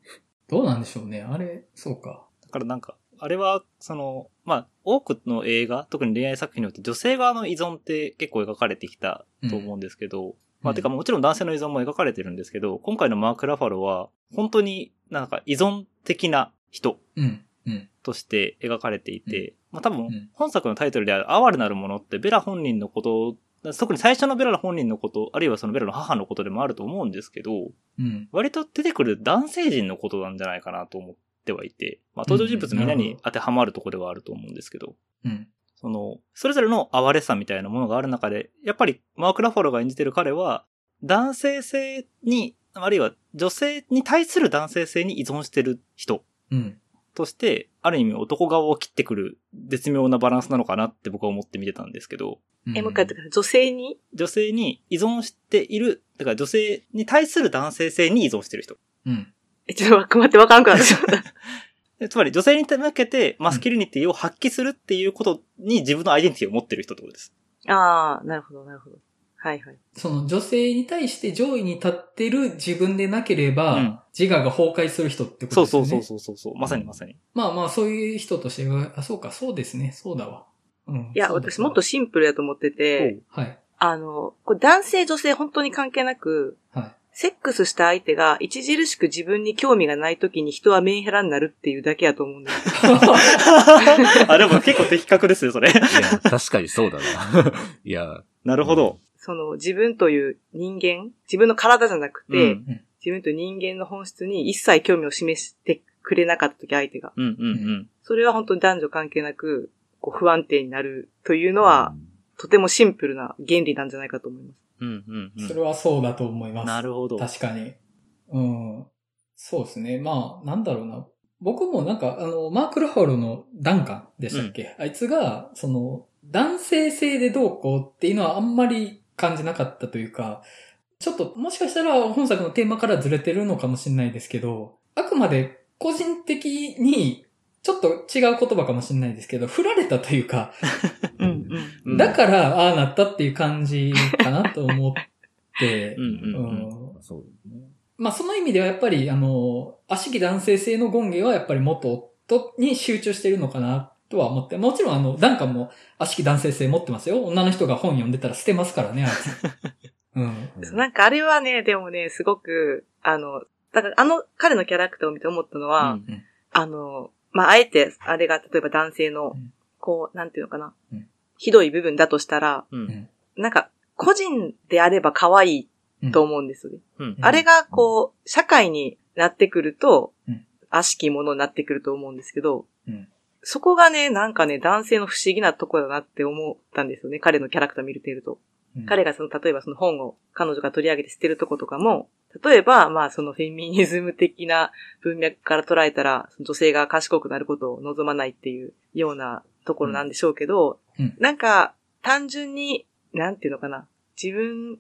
Speaker 1: どうなんでしょうね。あれ、そうか。
Speaker 3: だからなんか、あれは、その、まあ、多くの映画、特に恋愛作品において女性側の依存って結構描かれてきたと思うんですけど、まあ、てかもちろん男性の依存も描かれてるんですけど、今回のマーク・ラファローは、本当になんか依存的な人
Speaker 1: うん、うん、
Speaker 3: として描かれていて、まあ多
Speaker 1: う
Speaker 3: 分
Speaker 1: ん、
Speaker 3: 本作のタイトルである哀れなるものってベラ本人のこと、特に最初のベラ本人のこと、あるいはそのベラの母のことでもあると思うんですけど、
Speaker 1: うん、
Speaker 3: 割と出てくる男性陣のことなんじゃないかなと思ってはいて、まあ、登場人物みんなに当てはまるところではあると思うんですけど、
Speaker 1: うん、
Speaker 3: その、それぞれの哀れさみたいなものがある中で、やっぱりマーク・ラファローが演じてる彼は、男性性に、あるいは女性に対する男性性に依存してる人
Speaker 1: うん、
Speaker 3: として、ある意味男側を切ってくる絶妙なバランスなのかなって僕は思って見てたんですけど、
Speaker 1: うん。
Speaker 4: え、もう一回言ってください。女性に
Speaker 3: 女性に依存している、だから女性に対する男性性に依存してる人。
Speaker 1: うん、
Speaker 4: え、ちょっと待って、わからんくなっち ゃった。
Speaker 3: でつまり女性に向けてマスキュリニティを発揮するっていうことに自分のアイデンティティを持ってる人ってことです。
Speaker 4: ああ、なるほど、なるほど。はいはい。
Speaker 1: その女性に対して上位に立ってる自分でなければ、
Speaker 3: うん
Speaker 1: 自我が崩壊する人ってこ
Speaker 3: そ
Speaker 1: と
Speaker 3: う
Speaker 1: ですよね。
Speaker 3: そうそうそうそうそう。まさにまさに。
Speaker 1: まあまあ、そういう人としては、あ、そうか、そうですね、そうだわ。うん。
Speaker 4: いや、
Speaker 1: そうだ
Speaker 4: 私もっと、 シンプルやと思ってて、
Speaker 1: はい、
Speaker 4: あの、これ男性女性本当に関係なく、
Speaker 1: はい。
Speaker 4: セックスした相手が著しく自分に興味がない時に人はメンヘラになるっていうだけやと思うんです。
Speaker 3: あ、でも結構的確ですね、それ。
Speaker 2: いや、確かにそうだな。いや、
Speaker 3: なるほど。
Speaker 4: その自分という人間、自分の体じゃなくて、
Speaker 3: うん
Speaker 4: 自分という人間の本質に一切興味を示してくれなかった時相手が。
Speaker 3: うんうんうん。
Speaker 4: それは本当に男女関係なく、こう不安定になるというのは、とてもシンプルな原理なんじゃないかと思います。
Speaker 3: うんうん
Speaker 1: それ
Speaker 3: う
Speaker 1: はそうだと思います。
Speaker 3: ん。なるほど。
Speaker 1: 確かに。うん。そうですね。まあ、なんだろうな。僕もなんか、あの、マーク・ラファロのダンカンでしたっけ、あいつが、その、男性性でどうこうっていうのはあんまり感じなかったというか、ちょっともしかしたら本作のテーマからずれてるのかもしれないですけど、あくまで個人的に、ちょっと違う言葉かもしれないですけど、振られたというか、
Speaker 4: うん
Speaker 3: うん
Speaker 1: だからああなったっていう感じかなと思って、
Speaker 3: うんうんうん。
Speaker 1: うん
Speaker 2: そうね。
Speaker 1: まあその意味ではやっぱり、あの、悪しき男性性の権限はやっぱり元夫に集中してるのかなとは思って、もちろんあの、ダンカンも悪しき男性性持ってますよ。女の人が本読んでたら捨てますからね、あいつ。 うん。
Speaker 4: うん。なんかあれはね、でもね、すごく、あの、だからあの彼のキャラクターを見て思ったのは、
Speaker 3: うん
Speaker 4: あの、まあ、あえて、あれが、例えば男性の
Speaker 1: うん、
Speaker 4: こう、なんていうのかな、
Speaker 1: うん
Speaker 4: ひどい部分だとしたら、
Speaker 3: うん
Speaker 4: なんか、個人であれば可愛いと思うんですよね。
Speaker 3: うん。
Speaker 4: あれが、こう、社会になってくると、
Speaker 1: うん
Speaker 4: 悪しきものになってくると思うんですけど、
Speaker 1: うん
Speaker 4: そこがね、なんかね、男性の不思議なとこだなって思ったんですよね。彼のキャラクター見ていると。
Speaker 1: うん
Speaker 4: 彼がその、例えばその本を彼女が取り上げて捨てるとことかも、例えば、まあそのフェミニズム的な文脈から捉えたら、その女性が賢くなることを望まないっていうようなところなんでしょうけど、
Speaker 1: うん
Speaker 4: なんか、単純に、なんていうのかな、自分、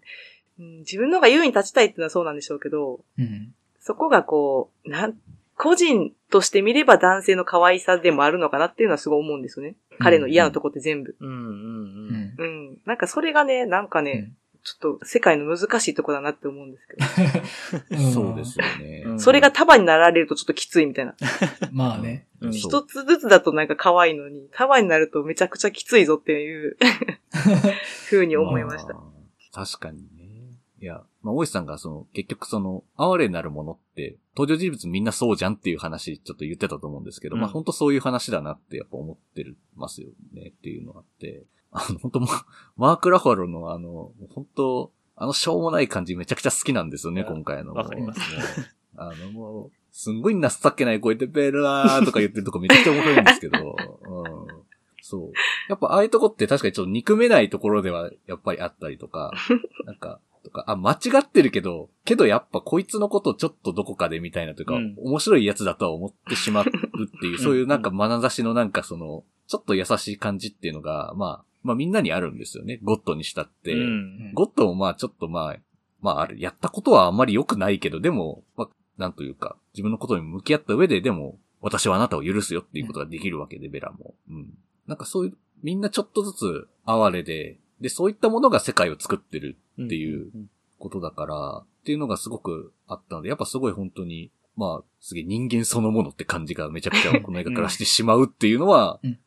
Speaker 4: うん自分の方が優位に立ちたいっていうのはそうなんでしょうけど、
Speaker 1: うん。
Speaker 4: そこがこう、なん、個人として見れば男性の可愛さでもあるのかなっていうのはすごい思うんですよね。彼の嫌なとこって全部。
Speaker 3: うんう
Speaker 1: う
Speaker 3: んうん。
Speaker 1: ん。
Speaker 4: うん。なんかそれがね、なんかね、
Speaker 1: うん
Speaker 4: ちょっと世界の難しいとこだなって思うんですけど。
Speaker 1: ん
Speaker 2: そうですよね。
Speaker 3: うん
Speaker 4: それが束になられるとちょっときついみたいな。
Speaker 1: まあね。
Speaker 3: うん
Speaker 2: そう
Speaker 4: 一つずつだとなんか可愛いのに、束になるとめちゃくちゃきついぞっていう風に思いました。
Speaker 2: あー。確かにね。いや、まあ、大石さんがその、結局その、哀れなるものって、登場人物みんなそうじゃんっていう話、ちょっと言ってたと思うんですけど、
Speaker 3: うん
Speaker 2: まあ、本当そういう話だなってやっぱ思ってるますよねっていうのがあって、あの、本当ま、マーク・ラファロのあの、本当あの、しょうもない感じめちゃくちゃ好きなんですよね、
Speaker 3: いや
Speaker 2: 今回の。
Speaker 3: わかります
Speaker 2: ね。あの、もう、すんごい情けない声でベラーとか言ってるとこめちゃくちゃ面白いんですけど、うん。そう。やっぱああいうとこって確かにちょっと憎めないところではやっぱりあったりと か、なんか、とか、あ、間違ってるけど、けどやっぱこいつのことちょっとどこかでみたいなというか、
Speaker 3: うん
Speaker 2: 面白いやつだとは思ってしまうって いう、そういうなんか
Speaker 3: う
Speaker 2: 眼差しのなんかその、ちょっと優しい感じっていうのが、まあ、まあみんなにあるんですよね。ゴッドにしたって。
Speaker 3: うん
Speaker 2: ゴッドもまあちょっとまあ、まああれ、やったことはあんまり良くないけど、でも、まあ、なんというか、自分のことに向き合った上で、でも、私はあなたを許すよっていうことができるわけで、ベラも。うん。なんかそういう、みんなちょっとずつ哀れで、で、そういったものが世界を作ってるっていう。ことだから、っていうのがすごくあったので、やっぱすごい本当に、まあ、すげえ人間そのものって感じがめちゃくちゃこの映画からしてしまうっていうのは、
Speaker 1: うん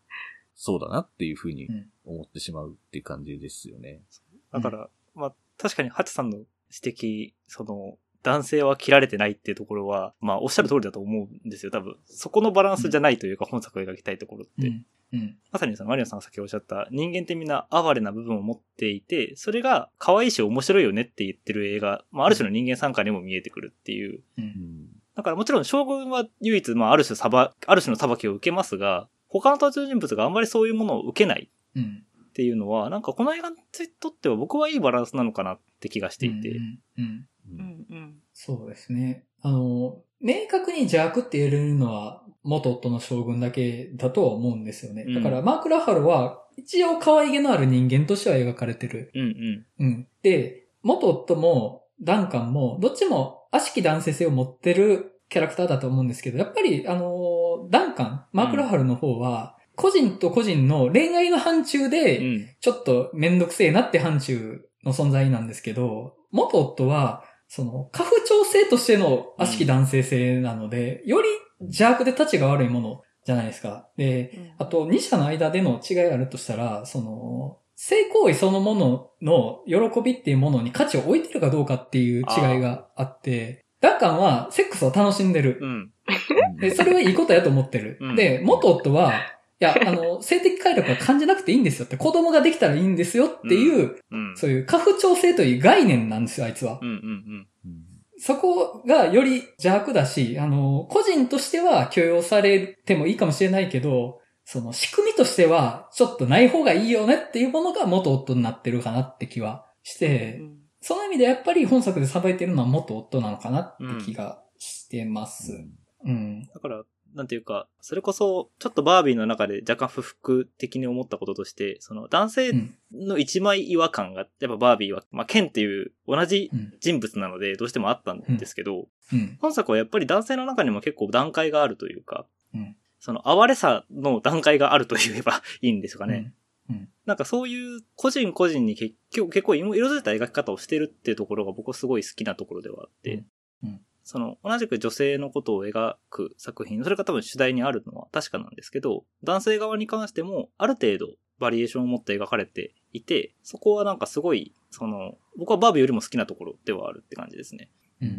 Speaker 2: そうだなっていうふうに
Speaker 1: うん
Speaker 2: 思ってしまうっていう感じですよね。
Speaker 3: だから、まあ、確かにハチさんの指摘、その、男性は切られてないっていうところは、まあ、おっしゃる通りだと思うんですよ、多分。そこのバランスじゃないというか、本作を描きたいところって。
Speaker 1: うん。うん。
Speaker 3: まさにそのマリオさんが先ほどおっしゃった、人間ってみんな哀れな部分を持っていて、それが可愛いし面白いよねって言ってる映画、まあ、ある種の人間参加にも見えてくるっていう。
Speaker 1: うん
Speaker 2: うん
Speaker 3: だからもちろん将軍は唯一、まあ、ある種裁、ある種の裁きを受けますが、他の登場人物があんまりそういうものを受けない
Speaker 1: うん。
Speaker 3: っていうのは、なんかこの映画にとっては僕はいいバランスなのかなって気がしていて。
Speaker 1: うん。うん。
Speaker 2: うん
Speaker 4: うん
Speaker 1: そうですね。あの、明確に邪悪って言えるのは元夫の将軍だけだとは思うんですよね。
Speaker 3: うん
Speaker 1: だからマーク・ラファロは一応可愛げのある人間としては描かれてる。
Speaker 3: うんう
Speaker 1: う
Speaker 3: ん。
Speaker 1: ん。で、元夫もダンカンもどっちも悪しき男性性を持ってるキャラクターだと思うんですけど、やっぱりあの、ダンカン、マーク・ラファロの方は、個人と個人の恋愛の範疇で、
Speaker 3: うん。
Speaker 1: ちょっとめんどくせえなって範疇の存在なんですけど、元夫は、その、家父長制としての悪しき男性性なので、より邪悪で立ちが悪いものじゃないですか。で、あと、二者の間での違いあるとしたら、その、性行為そのものの喜びっていうものに価値を置いてるかどうかっていう違いがあって、ダッカンはセックスを楽しんでる。
Speaker 3: うん。
Speaker 1: で、それはいいことやと思ってる。
Speaker 3: うん
Speaker 1: で、元夫は、い や、あの、性的快楽は感じなくていいんですよって、子供ができたらいいんですよっていう、
Speaker 3: うん。
Speaker 1: そういう過不調性という概念なんですよ、あいつは。
Speaker 3: うんうん
Speaker 2: うん
Speaker 1: そこがより邪悪だし、あの、個人としては許容されてもいいかもしれないけど、その仕組みとしてはちょっとない方がいいよねっていうものが元夫になってるかなって気はして、その意味でやっぱり本作でさばいてるのは元夫なのかなって気がしてます。うん。
Speaker 3: だから、なんていうか、それこそ、ちょっとバービーの中で若干不服的に思ったこととして、その男性
Speaker 1: うん。
Speaker 3: の一枚岩感が、やっぱバービーは、まあ、ケンっていう同じ
Speaker 1: うん。
Speaker 3: 人物なので、どうしてもあったんですけど、
Speaker 1: うん。
Speaker 3: 本作はやっぱり男性の中にも結構段階があるというか、
Speaker 1: うん
Speaker 3: その哀れさの段階があると言えばいいんですかね。なんかそういう個人個人に結局結構色づいた描き方をしてるっていうところが僕はすごい好きなところではあって、
Speaker 1: うんうん
Speaker 3: その同じく女性のことを描く作品、それが多分主題にあるのは確かなんですけど、男性側に関してもある程度バリエーションを持って描かれていて、そこはなんかすごい、その、僕はバービーよりも好きなところではあるって感じですね。
Speaker 1: うん。うん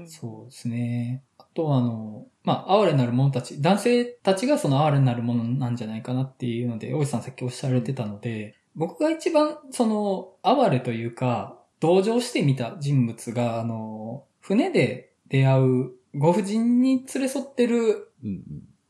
Speaker 4: うん
Speaker 1: そうですね。あとはあの、まあ、哀れなる者たち、男性たちがその哀れなる者なんじゃないかなっていうので、大石さんさっきおっしゃられてたので、僕が一番その哀れというか、同情してみた人物が、あの、船で出会うご婦人に連れ添ってる
Speaker 2: うん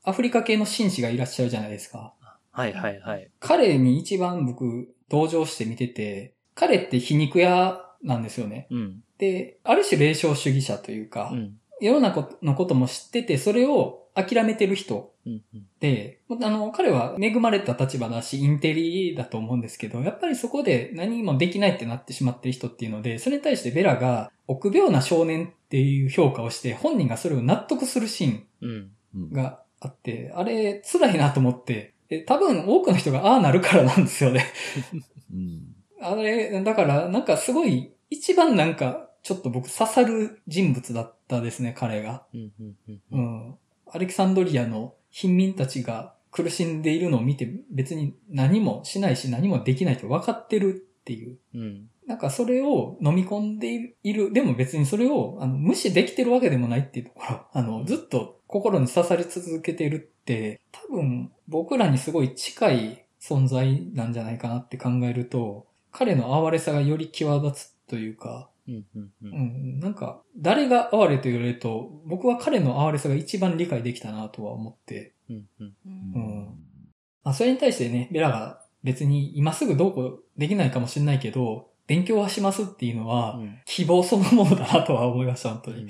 Speaker 1: アフリカ系の紳士がいらっしゃるじゃないですか。
Speaker 3: はいはいはい。
Speaker 1: 彼に一番僕、同情して見てて、彼って皮肉屋なんですよね。
Speaker 3: うん。
Speaker 1: で、ある種霊障主義者というか、
Speaker 3: うん。
Speaker 1: 世の中のことも知ってて、それを諦めてる人
Speaker 3: うん。
Speaker 1: で、あの、彼は恵まれた立場だし、インテリだと思うんですけど、やっぱりそこで何もできないってなってしまってる人っていうので、それに対してベラが臆病な少年っていう評価をして、本人がそれを納得するシーン
Speaker 3: うん。
Speaker 2: うんうん。
Speaker 1: があって、あれ辛いなと思って、で多分多くの人がああなるからなんですよね。
Speaker 2: うん
Speaker 1: あれ、だから、なんかすごい、一番なんか、ちょっと僕刺さる人物だったですね、彼が。
Speaker 3: うん。うん。
Speaker 1: う
Speaker 3: うん。
Speaker 1: ん。アレキサンドリアの貧民たちが苦しんでいるのを見て別に何もしないし何もできないと分かってるっていう。
Speaker 3: うん。
Speaker 1: なんかそれを飲み込んでいる。でも別にそれをあの無視できてるわけでもないっていうところ。あの、ずっと心に刺さり続けてるって、多分僕らにすごい近い存在なんじゃないかなって考えると、彼の哀れさがより際立つというか、
Speaker 3: うん。うん。う。
Speaker 1: うんん、なんか、誰が哀れと言われると、僕は彼の哀れさが一番理解できたなとは思って、
Speaker 3: うん。うん。
Speaker 4: うん
Speaker 1: うん。まあ、それに対してね、ベラが別に今すぐどうこうできないかもしれないけど、勉強はしますっていうのは、希望そのものだなとは思いました、本当に。
Speaker 2: うん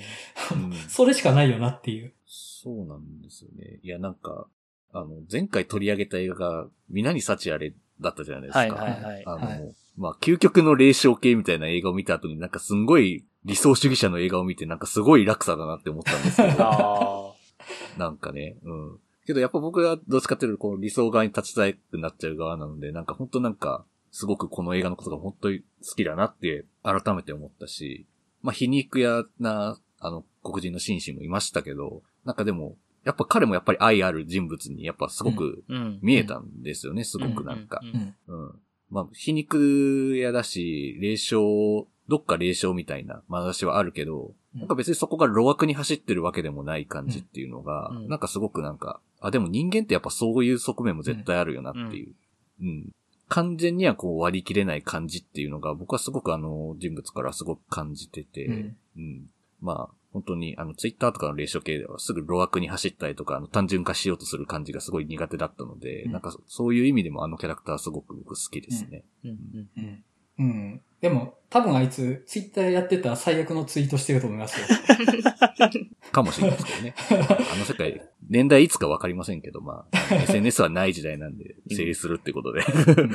Speaker 1: それしかないよなっていう。
Speaker 2: そうなんですよね。いや、なんか、あの、前回取り上げた映画が、南幸あれだったじゃないですか。
Speaker 3: はいはいはい。
Speaker 2: あの、
Speaker 1: は
Speaker 2: まあ、究極の霊障系みたいな映画を見た後に、なんかすんごい理想主義者の映画を見て、なんかすごい落差だなって思ったんですけど、
Speaker 3: ああ。
Speaker 2: なんかね、うん。けどやっぱ僕はどっちかっていうと、この理想側に立ちたくなっちゃう側なので、なんか本当なんか、すごくこの映画のことが本当に好きだなって改めて思ったし、まあ、皮肉屋な、あの、黒人の紳士もいましたけど、なんかでも、やっぱ彼もやっぱり愛ある人物にやっぱすごく
Speaker 3: うん。
Speaker 2: 見えたんですよね、すごくなんか
Speaker 3: う。。
Speaker 1: うんん。
Speaker 2: うん。まあ、皮肉屋だし、霊障、どっか霊障みたいな眼差しはあるけど、
Speaker 1: うん
Speaker 2: なんか別にそこが路悪に走ってるわけでもない感じっていうのが、
Speaker 3: うん
Speaker 2: なんかすごくなんか、あ、でも人間ってやっぱそういう側面も絶対あるよなっていう。うん。完全にはこう割り切れない感じっていうのが、僕はすごくあの人物からすごく感じてて、
Speaker 1: うん。
Speaker 2: うん。まあ、本当に、あの、ツイッターとかの霊障系ではすぐ路悪に走ったりとか、あの、単純化しようとする感じがすごい苦手だったので、
Speaker 1: うん
Speaker 2: なんかそ、そういう意味でもあのキャラクターすごく僕好きですね。
Speaker 3: うん。
Speaker 1: うん。うん。でも、多分あいつ、ツイッターやってたら最悪のツイートしてると思い ますよ。
Speaker 2: かもしれないですけどね。あの世界、年代いつかわかりませんけど、まあ、SNS はない時代なんで、
Speaker 3: うん
Speaker 2: 整理するってことで。
Speaker 1: うん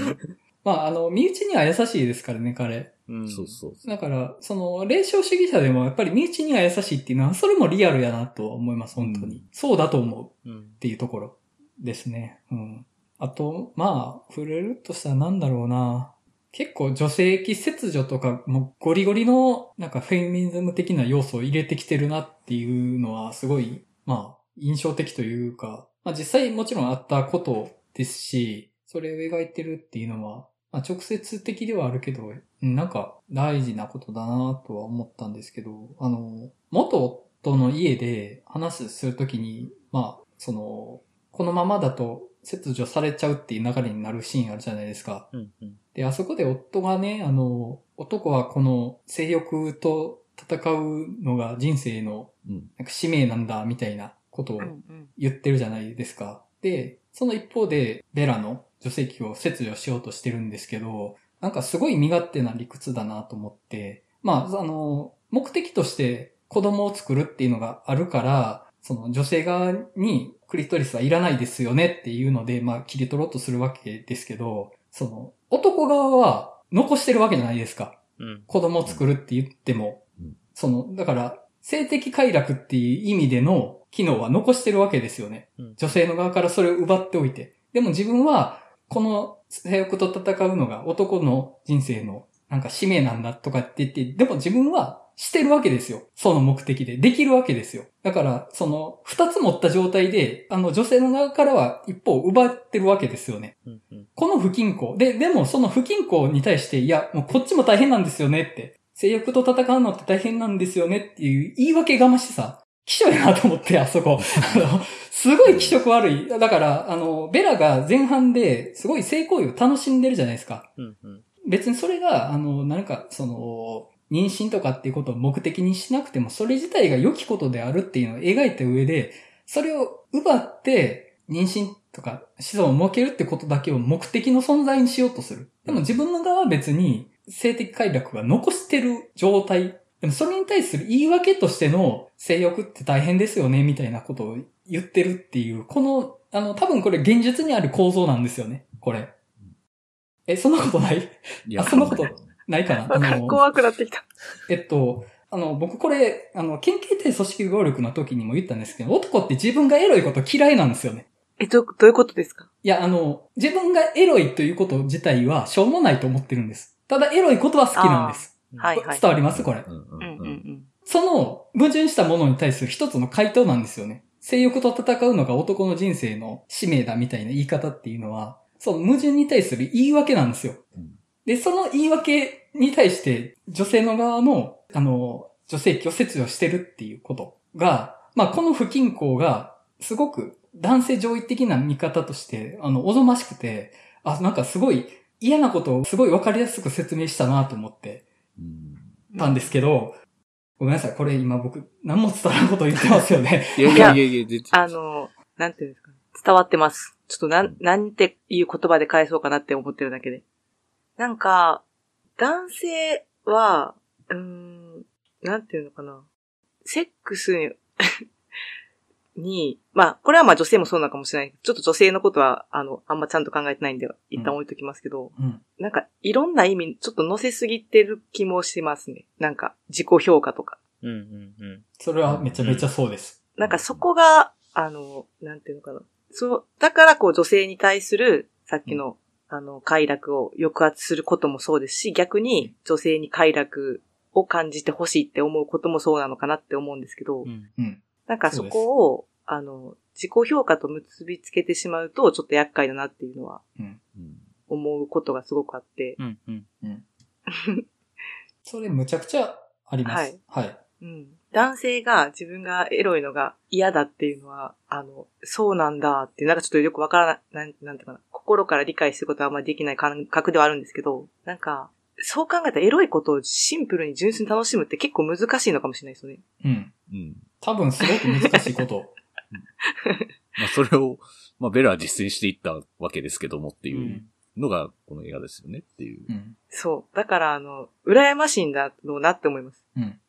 Speaker 1: まあ、あの、身内には優しいですからね、彼。
Speaker 3: うん。
Speaker 2: そうそうそう。
Speaker 1: だから、その、霊障主義者でもやっぱり身内には優しいっていうのは、それもリアルやなと思います、本当に。
Speaker 2: うん
Speaker 1: そうだと思うっ
Speaker 3: うん。
Speaker 1: ていうところですね。うん。あと、まあ、触れるとしたらなんだろうな。結構女性的切除とか、もうゴリゴリの、なんかフェミニズム的な要素を入れてきてるなっていうのは、すごい、まあ、印象的というか、まあ実際もちろんあったことですし、それを描いてるっていうのは、まあ、直接的ではあるけど、うんなんか大事なことだなとは思ったんですけど、あの、元夫の家で話するときに、まあ、その、このままだと切除されちゃうっていう流れになるシーンあるじゃないですか。
Speaker 3: うんうん。
Speaker 1: で、あそこで夫がね、あの、男はこの性欲と戦うのが人生の
Speaker 2: うん
Speaker 1: なんか使命なんだみたいなことを
Speaker 4: うんうん。
Speaker 1: 言ってるじゃないですか。で、その一方で、ベラの女性器を切除しようとしてるんですけど、なんかすごい身勝手な理屈だなと思って、まあ、あの、目的として子供を作るっていうのがあるから、その女性側にクリトリスはいらないですよねっていうので、まあ、切り取ろうとするわけですけど、その、男側は残してるわけじゃないですか。
Speaker 3: うん。
Speaker 1: 子供を作るって言っても、
Speaker 2: うん
Speaker 1: その、だから、性的快楽っていう意味での機能は残してるわけですよね。
Speaker 3: うん
Speaker 1: 女性の側からそれを奪っておいて。でも自分は、この性欲と戦うのが男の人生のなんか使命なんだとかって言って、でも自分はしてるわけですよ。その目的で。できるわけですよ。だから、その、二つ持った状態で、あの、女性の側からは一方奪ってるわけですよね。
Speaker 3: うんうん。
Speaker 1: この不均衡。で、でもその不均衡に対して、いや、もうこっちも大変なんですよねって。性欲と戦うのって大変なんですよねっていう言い訳がましさ。気色やなと思って、あそこ。あの、すごい気色悪い。だから、あの、ベラが前半ですごい性行為を楽しんでるじゃないですか。
Speaker 3: うんうん。
Speaker 1: 別にそれが、あの、なんか、その、妊娠とかっていうことを目的にしなくても、それ自体が良きことであるっていうのを描いた上で、それを奪って、妊娠とか子孫を設けるってことだけを目的の存在にしようとする。でも自分の側は別に性的快楽が残してる状態。でもそれに対する言い訳としての性欲って大変ですよね、みたいなことを言ってるっていう、この、あの、多分これ現実にある構造なんですよね、これ。え、そんなことない
Speaker 2: い
Speaker 1: あそんなことないかな。
Speaker 4: わ か
Speaker 1: あ
Speaker 4: る。
Speaker 1: の、
Speaker 4: 怖くなってきた。
Speaker 1: えっと、あの、僕これ、あの、県警対組織暴力の時にも言ったんですけど、男って自分がエロいこと嫌いなんですよね。
Speaker 4: え、どう、どういうことですか
Speaker 1: いや、あの、自分がエロいということ自体はしょうもないと思ってるんです。ただ、エロいことは好きなんです。
Speaker 4: はいはい。
Speaker 1: 伝わりますこれ
Speaker 2: う。んう
Speaker 4: うん
Speaker 2: んうん。
Speaker 4: ううんん。
Speaker 1: その矛盾したものに対する一つの回答なんですよね。性欲と戦うのが男の人生の使命だみたいな言い方っていうのは、その矛盾に対する言い訳なんですよ
Speaker 2: うん。
Speaker 1: で、その言い訳に対して女性の側の、あの、女性器を切除してるっていうことが、まあこの不均衡がすごく男性上位的な見方として、あの、おぞましくて、あ、なんかすごい嫌なことをすごいわかりやすく説明したなと思って、
Speaker 2: うん
Speaker 1: ったんですけど、ごめんなさい、これ今僕、何も伝わらんこと言ってますよね。
Speaker 2: いやいやいやいや、出て
Speaker 4: あの、なんていうんですかね。伝わってます。ちょっとなん、なんていう言葉で返そうかなって思ってるだけで。なんか、男性は、うーん、なんていうのかな。セックスに に、まあ、これはまあ女性もそうなのかもしれない。ちょっと女性のことは、あの、あんまちゃんと考えてないんで、一旦置いときますけど、
Speaker 1: うん。
Speaker 4: なんか、いろんな意味、ちょっと乗せすぎてる気もしますね。なんか、自己評価とか。
Speaker 3: うんうんうん。
Speaker 1: それはめちゃめちゃそうです。
Speaker 4: なんかそこが、あの、なんていうのかな。そう、だからこう女性に対する、さっきの、あの、快楽を抑圧することもそうですし、逆に女性に快楽を感じてほしいって思うこともそうなのかなって思うんですけど、
Speaker 3: うん。
Speaker 1: うん。
Speaker 4: なんかそこを、あの、自己評価と結びつけてしまうと、ちょっと厄介だなっていうのは
Speaker 2: うん
Speaker 4: 思うことがすごくあって、
Speaker 3: うんうん。
Speaker 1: それむちゃくちゃあります。はい。
Speaker 4: うん。男性が自分がエロいのが嫌だっていうのは、あの、そうなんだって、なんかちょっとよくわからない、なん、なんていうかな、心から理解することはあんまりできない感覚ではあるんですけど、なんか、そう考えたらエロいことをシンプルに純粋に楽しむって結構難しいのかもしれないですよね。
Speaker 1: うん。
Speaker 2: うん。
Speaker 1: 多分すごく難しいこと。
Speaker 2: まあ、それを、まあ、ベラは実践していったわけですけどもっ て
Speaker 1: う
Speaker 2: いう。のが、この映画ですよねっていう。
Speaker 1: うん。
Speaker 4: そう。だから、あの、羨ましいんだろうなって思います。
Speaker 1: うん。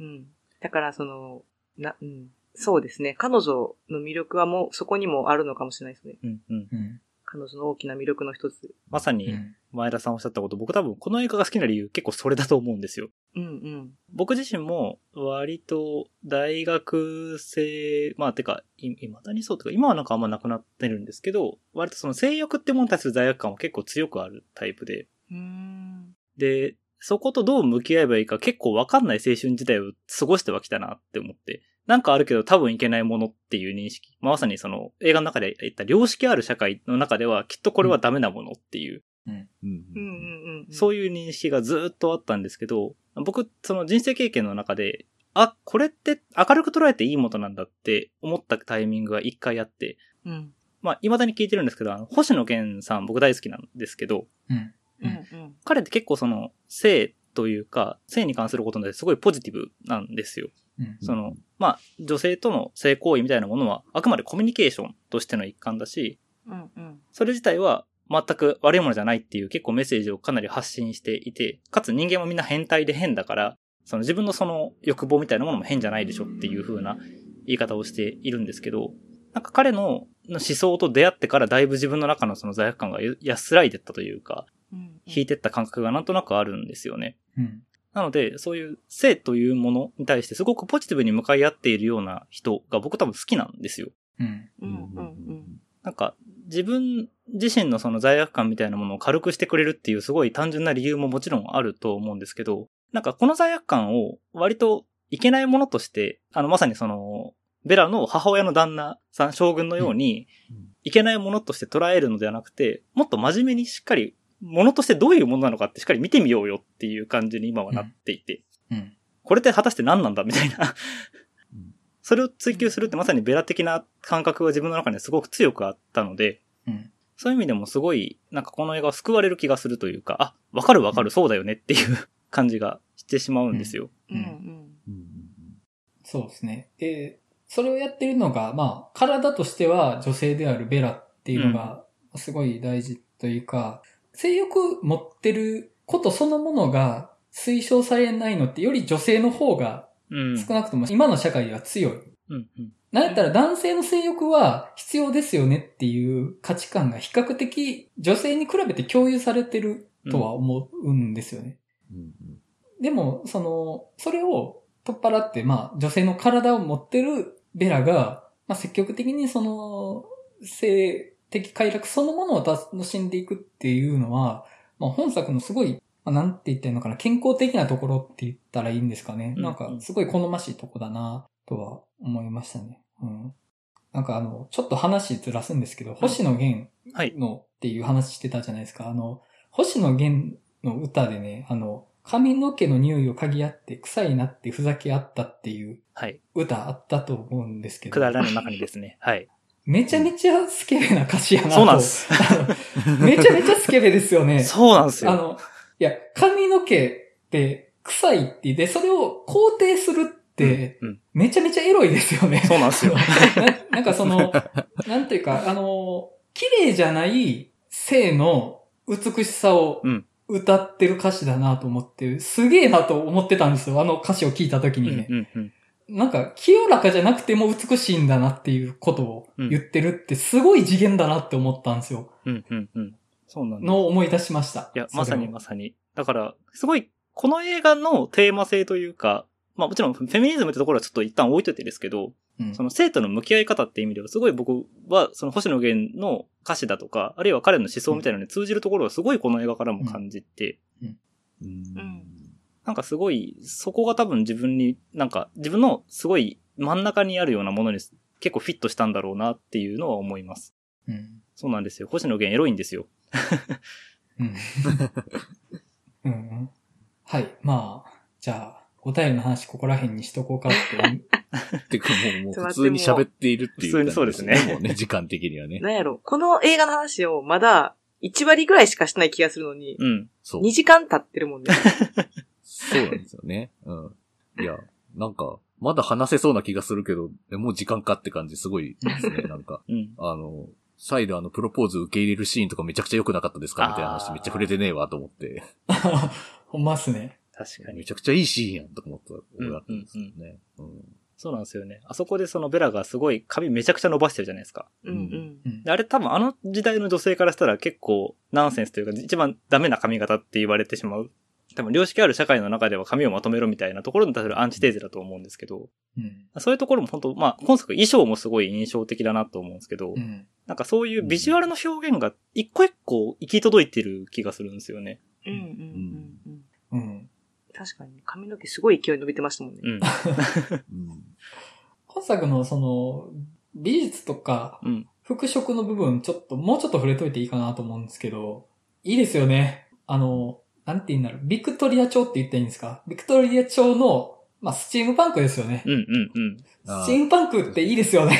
Speaker 4: うん。だから、その、な、うん。そうですね。彼女の魅力はもう、そこにもあるのかもしれないですね。
Speaker 3: うんうん。
Speaker 1: うん。
Speaker 4: 彼女の大きな魅力の一つ。
Speaker 3: まさ
Speaker 1: う
Speaker 3: に、
Speaker 1: ん。
Speaker 3: 前田さんおっしゃったこと、僕多分この映画が好きな理由結構それだと思うんですよ。
Speaker 4: うんうん。
Speaker 3: 僕自身も割と大学生、まあてか、い未だにそうとか、今はなんかあんまなくなってるんですけど、割とその性欲ってものに対する罪悪感は結構強くあるタイプで、
Speaker 4: うーん。
Speaker 3: で、そことどう向き合えばいいか結構わかんない青春時代を過ごしてはきたなって思って、なんかあるけど多分いけないものっていう認識。まあまさにその映画の中で言った良識ある社会の中ではきっとこれはダメなものっていう
Speaker 2: うん
Speaker 4: うんうんうん。
Speaker 3: そう
Speaker 4: いう。
Speaker 3: いう認識がずっとあったんですけど、僕、その人生経験の中で、あ、これって明るく捉えていいものなんだって思ったタイミングが一回あって、
Speaker 4: うん。
Speaker 3: まあ、未だに聞いてるんですけど、あの、星野源さん僕大好きなんですけど、
Speaker 1: うん。
Speaker 4: うんうん。
Speaker 3: 彼って結構その、性というか、性に関することですごいポジティブなんですよ。
Speaker 1: うん。
Speaker 3: その、まあ、女性との性行為みたいなものは、あくまでコミュニケーションとしての一環だし、
Speaker 4: うんうん。
Speaker 3: それ自体は全く悪いものじゃないっていう結構メッセージをかなり発信していて、かつ人間もみんな変態で変だから、その自分のその欲望みたいなものも変じゃないでしょっていう風な言い方をしているんですけど、なんか彼の思想と出会ってからだいぶ自分の中のその罪悪感が安らいでったというか、
Speaker 4: うん。
Speaker 3: 引いてった感覚がなんとなくあるんですよね。
Speaker 1: うん。
Speaker 3: なので、そういう性というものに対してすごくポジティブに向かい合っているような人が僕多分好きなんですよ。
Speaker 1: うん。
Speaker 4: うんうん
Speaker 3: なんか、自分自身のその罪悪感みたいなものを軽くしてくれるっていうすごい単純な理由ももちろんあると思うんですけど、なんかこの罪悪感を割といけないものとして、あのまさにその、ベラの母親の旦那さん、将軍のように
Speaker 2: うんうん、
Speaker 3: いけないものとして捉えるのではなくて、もっと真面目にしっかり、ものとしてどういうものなのかってしっかり見てみようよっていう感じに今はなっていて、
Speaker 1: うん。
Speaker 3: これって果たして何なんだみたいな
Speaker 2: うん。
Speaker 3: それを追求するってまさにベラ的な感覚が自分の中にすごく強くあったので、
Speaker 1: うん
Speaker 3: そういう意味でもすごい、なんかこの映画は救われる気がするというか、あ、わかるわかる、そうだよねっていう 感じがしてしまうんですよ。
Speaker 4: うん。うん
Speaker 1: そうですね。で、それをやってるのが、まあ、体としては女性であるベラっていうのが、すごい大事というか、性欲持ってることそのものが推奨されないのって、より女性の方が
Speaker 3: うん。
Speaker 1: 少なくとも今の社会では強い。
Speaker 3: うんうん
Speaker 1: なんやったら男性の性欲は必要ですよねっていう価値観が比較的女性に比べて共有されてるとは思うんですよね。でも、その、それを取っ払って、まあ、女性の体を持ってるベラが、まあ、積極的にその、性的快楽そのものを楽しんでいくっていうのは、まあ、本作のすごい、まあ、なんて言ってんのかな、健康的なところって言ったらいいんですかね。
Speaker 3: うん
Speaker 1: なんか、すごい好ましいとこだな、とは思いましたね。うん。なんかあの、ちょっと話ずらすんですけど、星野源
Speaker 3: はい。
Speaker 1: のっていう話してたじゃないですか。あの、星野源の歌でね、あの、髪の毛の匂いを嗅ぎ合って臭いなってふざけ合ったっていう
Speaker 3: はい。
Speaker 1: 歌あったと思うんですけ
Speaker 3: くだ
Speaker 1: ど、
Speaker 3: らないの中にですね。 はい。
Speaker 1: めちゃめちゃスケベな歌詞やなと
Speaker 3: そうなんで。す。
Speaker 1: あのめ ちゃめちゃスケベですよね。
Speaker 3: そうなんです
Speaker 1: あ
Speaker 3: よ。
Speaker 1: の、いや、髪の毛って臭いって、で、それを肯定するって、
Speaker 3: うん、
Speaker 1: めちゃめちゃエロいですよね。
Speaker 3: そうなんですよ。
Speaker 1: ななんかその、 なんていうか、あの、綺麗じゃない性の美しさを
Speaker 3: うん
Speaker 1: 歌ってる歌詞だなと思って、すげえなと思ってたんですよ。あの歌詞を 聞いた時
Speaker 3: うん
Speaker 1: にね。
Speaker 3: うんうん。
Speaker 1: なんか、清らかじゃなくても美しいんだなっていうことを言ってるって、すごい次元だなって思ったんですよ。
Speaker 3: うんうんうん。そうなんです。
Speaker 1: のを思い出しました。
Speaker 3: いや、
Speaker 1: それを
Speaker 3: まさにまさに。だから、すごい、この映画のテーマ性というか、まあもちろんフェミニズムってところはちょっと一旦置いといてですけど、
Speaker 1: うん
Speaker 3: その生徒の向き合い方って意味では、すごい僕は、その星野源の歌詞だとか、あるいは彼の思想みたいなのに通じるところはすごいこの映画からも感じて、なんかすごい、そこが多分自分に、なんか自分のすごい真ん中にあるようなものに結構フィットしたんだろうなっていうのは思います。
Speaker 1: うん。
Speaker 3: そうなんですよ。星野源エロいんですよ。
Speaker 1: うん。 うん。はい。まあ、じゃあ、お便りの話ここら辺にしとこうかって
Speaker 2: てかもう、もう普通に喋っているっていう。もう ね、時間的にはね。
Speaker 4: なんやろ、この映画の話をまだ1割ぐらいしかしてない気がするのに、
Speaker 3: うん。
Speaker 2: そう
Speaker 4: 2。時間経ってるもん ね。
Speaker 2: そうなんですよね。うん。いや、なんか、まだ話せそうな気がするけど、もう時間かって感じすごいですね。なんか、
Speaker 3: うん。
Speaker 2: あの、サイダーのプロポーズ受け入れるシーンとかめちゃくちゃ良くなかったですかみたいな話めっちゃ触れてねえわと思って。
Speaker 1: ほんまっすね。
Speaker 3: 確かに
Speaker 2: め。ちゃくちゃいいシーンやんとか思った俺だったんですよね。うん。
Speaker 3: そうなんですよね。あそこでそのベラがすごい髪めちゃくちゃ伸ばしてるじゃないですか。
Speaker 4: うんうん。
Speaker 1: うん
Speaker 3: で。あれ多分あの時代の女性からしたら結構ナンセンスというか一番ダメな髪型って言われてしまう。多分良識ある社会の中では髪をまとめろみたいなところに対するアンチテーゼだと思うんですけど、
Speaker 1: うん。
Speaker 3: そういうところも本当まあ今作衣装もすごい印象的だなと思うんですけど、
Speaker 1: うん。
Speaker 3: なんかそういうビジュアルの表現が一個一個行き届いてる気がするんですよね。
Speaker 4: うんうんうんうん。
Speaker 1: うん。
Speaker 4: 確かに髪の毛すごい勢いで伸びてましたもんね。
Speaker 3: うん。
Speaker 2: うん。
Speaker 1: 本作のその、美術とか
Speaker 3: うん。
Speaker 1: 服飾の部分、ちょっと、もうちょっと触れといていいかなと思うんですけど、いいですよね。あの、なんて言うんだろう。ビクトリア町って言ったらいいんですかビクトリア町の、まあ、スチームパンクですよね。
Speaker 3: うんうんうん。
Speaker 2: あー
Speaker 1: スチームパンクっていいですよね。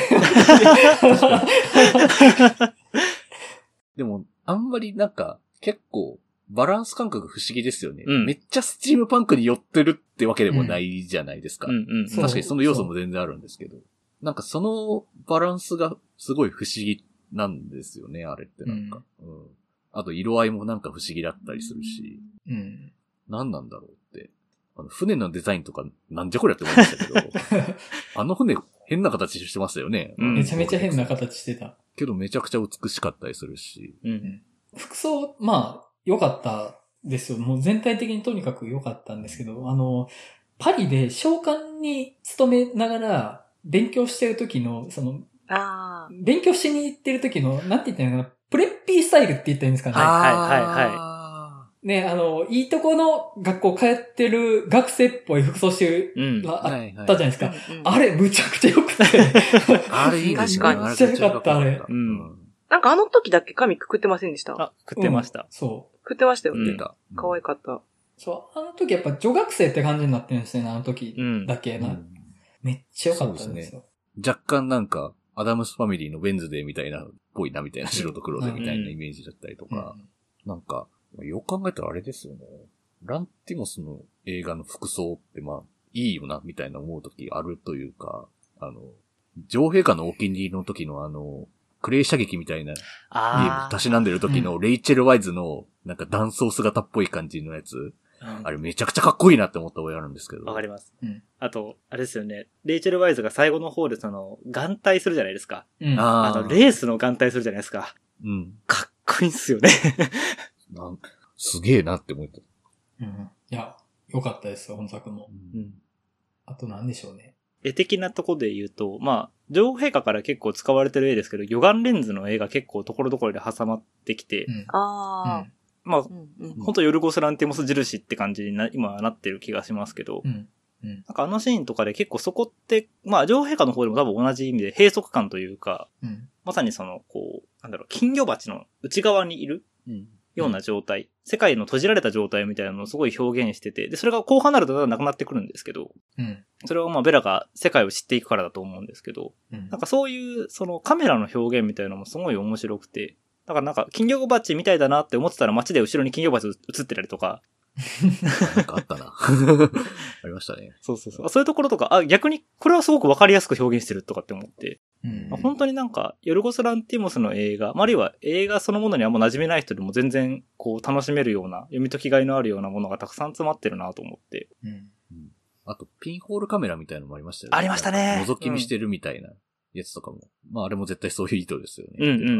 Speaker 2: でも、あんまりなんか、結構、バランス感覚不思議ですよね。
Speaker 3: うん
Speaker 2: めっちゃスチームパンクに寄ってるってわけでもないじゃないですか。
Speaker 3: うんうんうん。
Speaker 1: そう
Speaker 2: 確かにその要素も全然あるんですけど。なんかそのバランスがすごい不思議なんですよね、あれってなんか。うんあと色合いもなんか不思議だったりするし、
Speaker 1: うん。
Speaker 2: 何なんだろうって。あの船のデザインとか、なんじゃこりゃって思いましたけど、 あの船変な形してましたよね。
Speaker 3: うん
Speaker 1: めちゃめちゃ変な形してた。
Speaker 2: けどめちゃくちゃ美しかったりするし。
Speaker 3: うん。
Speaker 1: 服装、まあ、良かったですよ。もう全体的にとにかく良かったんですけど、あの、パリで召喚に勤めながら勉強してる時の、その、
Speaker 4: ああ。
Speaker 1: 勉強しに行ってる時の、なんて言ったらいいのかな、プレッピースタイルって言ったらいいんですかね。
Speaker 3: はいはいはい
Speaker 2: は
Speaker 1: ね、あの、いいとこの学校通ってる学生っぽい服装してる、
Speaker 3: うん。
Speaker 1: があっ
Speaker 2: い。あ
Speaker 1: たじゃないですか。
Speaker 4: うんうん
Speaker 1: あれ、むちゃくちゃ良く て。
Speaker 2: あれいいですよね。
Speaker 1: めっちゃ良かった、あれ。
Speaker 3: う
Speaker 2: うんん。
Speaker 4: なんかあの時だけ髪くくってませんでし た
Speaker 3: あ、食ってまし
Speaker 1: う
Speaker 3: た
Speaker 1: ん。そう。
Speaker 4: くくってましたよ
Speaker 3: うん
Speaker 2: 出
Speaker 4: ね。
Speaker 2: た。
Speaker 4: 可愛かった。
Speaker 1: そう、あの時やっぱ女学生って感じになってるんですよね、あの
Speaker 3: う
Speaker 1: 時
Speaker 3: ん。
Speaker 1: だけ。
Speaker 2: う
Speaker 1: なんめっちゃ良かったんですよ。
Speaker 2: 若干なんか、アダムスファミリーのベンズデーみたいな、っぽいなみたいな、白と黒でみたいなイメージだったりとか、なんか、よく考えたらあれですよね。ランティモスの映画の服装ってまあ、いいよな、みたいな思う時あるというか、あの、女王陛下のお気に入りの時のあの、クレイ射撃みたいな、
Speaker 3: ああ。
Speaker 2: たしなんでる時のレイチェル・ワイズの、なんか男装姿っぽい感じのやつ、
Speaker 1: うん
Speaker 2: あれめちゃくちゃかっこいいなって思った覚えあるんですけど。
Speaker 3: わかります。
Speaker 1: うん
Speaker 3: あと、あれですよね。レイチェル・ワイズが最後の方でその、眼帯するじゃないですか。
Speaker 1: うん。
Speaker 2: あ
Speaker 3: あ
Speaker 2: あ
Speaker 3: の、レースの眼帯するじゃないですか。
Speaker 2: うん。
Speaker 3: かっこいいんすよね。
Speaker 2: なんすげえなって思った。
Speaker 1: うんいや、良かったですよ、本作も。
Speaker 3: うん
Speaker 1: あと何でしょうね。
Speaker 3: 絵的なとこで言うと、まあ、女王陛下から結構使われてる絵ですけど、魚眼レンズの絵が結構ところどころで挟まってきて、
Speaker 1: うん。
Speaker 4: あ
Speaker 3: まあ
Speaker 4: あ。う、んうん
Speaker 3: ほんとヨルゴス・ランティモス印って感じにな、今はなってる気がしますけど、
Speaker 1: うん。
Speaker 3: なんかあのシーンとかで結構そこって、まあ、女王陛下の方でも多分同じ意味で閉塞感というか、
Speaker 1: うん。
Speaker 3: まさにその、こう、なんだろう、金魚鉢の内側にいる
Speaker 2: うん。
Speaker 3: ような状態、世界の閉じられた状態みたいなのをすごい表現してて、で、それが後半になるとだんだんなくなってくるんですけど、
Speaker 1: うん。
Speaker 3: それはまあベラが世界を知っていくからだと思うんですけど、
Speaker 1: うん
Speaker 3: なんかそういう、そのカメラの表現みたいなのもすごい面白くて、だからなんか金魚鉢みたいだなって思ってたら街で後ろに金魚鉢映ってたりとか、
Speaker 2: なんかあ ったな。ありましたね。
Speaker 3: そうそうそう、そういうところとか、あ、逆にこれはすごくわかりやすく表現してるとかって思って、
Speaker 1: うん
Speaker 3: まあ本当になんか、ヨルゴス・ランティモスの映画、まああるいは映画そのものにあんま馴染めない人でも全然こう楽しめるような、読み解きがいのあるようなものがたくさん詰まってるなと思って。
Speaker 1: うん
Speaker 2: あと、ピンホールカメラみたいなのもありましたよ
Speaker 3: ありましたね
Speaker 2: なんか覗き見してるみたいなやつとかも。まあ、あれも絶対そういう意図ですよね。
Speaker 3: うんうんうんう
Speaker 2: ん。
Speaker 3: んう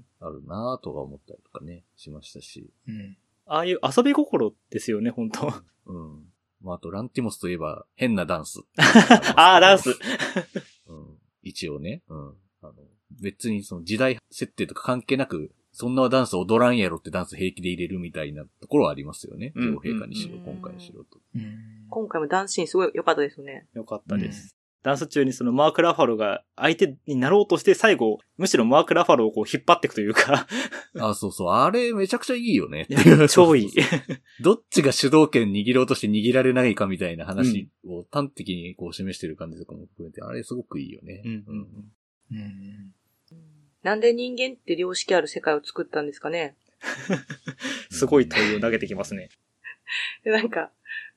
Speaker 3: ん。
Speaker 2: あるなぁとか思ったりとかね、しましたし。
Speaker 1: うん。
Speaker 3: ああいう遊び心ですよね、本当
Speaker 2: うん。まあ、あと、ランティモスといえば、変なダンス。
Speaker 3: あ
Speaker 2: あ
Speaker 3: あ、ダ ンス。
Speaker 2: うん。一応ね。うん。あの、別にその時代設定とか関係なく、そんなダンス踊らんやろってダンス平気で入れるみたいなところはありますよね。
Speaker 3: うん
Speaker 2: 両陛下にしろ、
Speaker 4: うん
Speaker 2: 今回にしろと。
Speaker 1: うん。
Speaker 4: 今回もダンスシーンすごい良かったですよね。
Speaker 3: よかったです。ダンス中にそのマーク・ラファロが相手になろうとして最後、むしろマーク・ラファロをこう引っ張っていくという か、
Speaker 2: あ、そうそう。あれめちゃくちゃいいよね。
Speaker 3: 超いい。
Speaker 2: どっちが主導権握ろうとして握られないかみたいな話を端的にこう示してる感じとかも含めて、あれすごくいいよね。
Speaker 3: うんうんうん
Speaker 1: うん。
Speaker 4: なんで人間って良識ある世界を作ったんですかね
Speaker 3: すごい問いを投げてきますね。
Speaker 4: でなんか、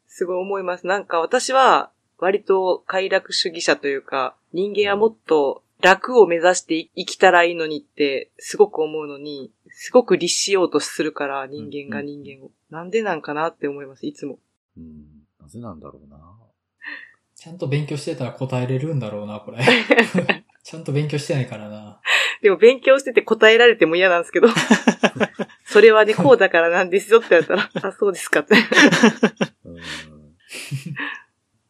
Speaker 4: すごい思います。なんか私は、割と快楽主義者というか、人間はもっと楽を目指して生きたらいいのにって、すごく思うのに、すごく律しようとするから、人間が人間を。なんでなんかなって思います、いつも。
Speaker 2: うん。なぜなんだろうな。
Speaker 1: ちゃんと勉強してたら答えれるんだろうな、 これ。ちゃんと勉強してないからな。
Speaker 4: でも勉強してて答えられても嫌なんですけ ど、それはね、こうだからなんですよって言われたら、 あ、そうですかって。
Speaker 2: うん。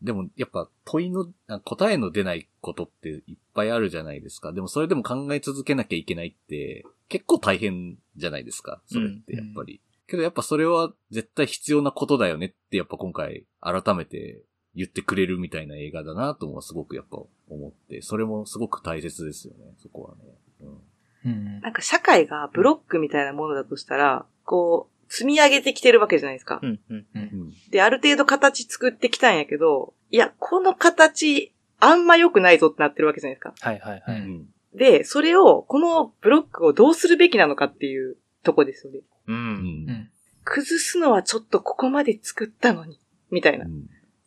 Speaker 2: でも、やっぱ問いの、あ答えの出ないことっていっぱいあるじゃないですか。でもそれでも考え続けなきゃいけないって、結構大変じゃないですか。それってやっぱり。けどやっぱそれは絶対必要なことだよねって、やっぱ今回改めて言ってくれるみたいな映画だなともすごくやっぱ思って、それもすごく大切ですよね、そこはね。うん
Speaker 1: うん。
Speaker 4: なんか社会がブロックみたいなものだとしたら、こう、積み上げてきてるわけじゃないですか
Speaker 3: う。ん、うん。
Speaker 2: うん。
Speaker 4: で、ある程度形作ってきたんやけど、いや、この形、あんま良くないぞってなってるわけじゃないですか。
Speaker 3: はい、はい、は
Speaker 1: う
Speaker 2: う
Speaker 3: い。
Speaker 2: ん。
Speaker 4: で、それを、このブロックをどうするべきなのかっていうとこですよね。
Speaker 3: う。
Speaker 2: うん。
Speaker 1: うんん。
Speaker 4: 崩すのはちょっとここまで作ったのに、みたいな。
Speaker 1: うん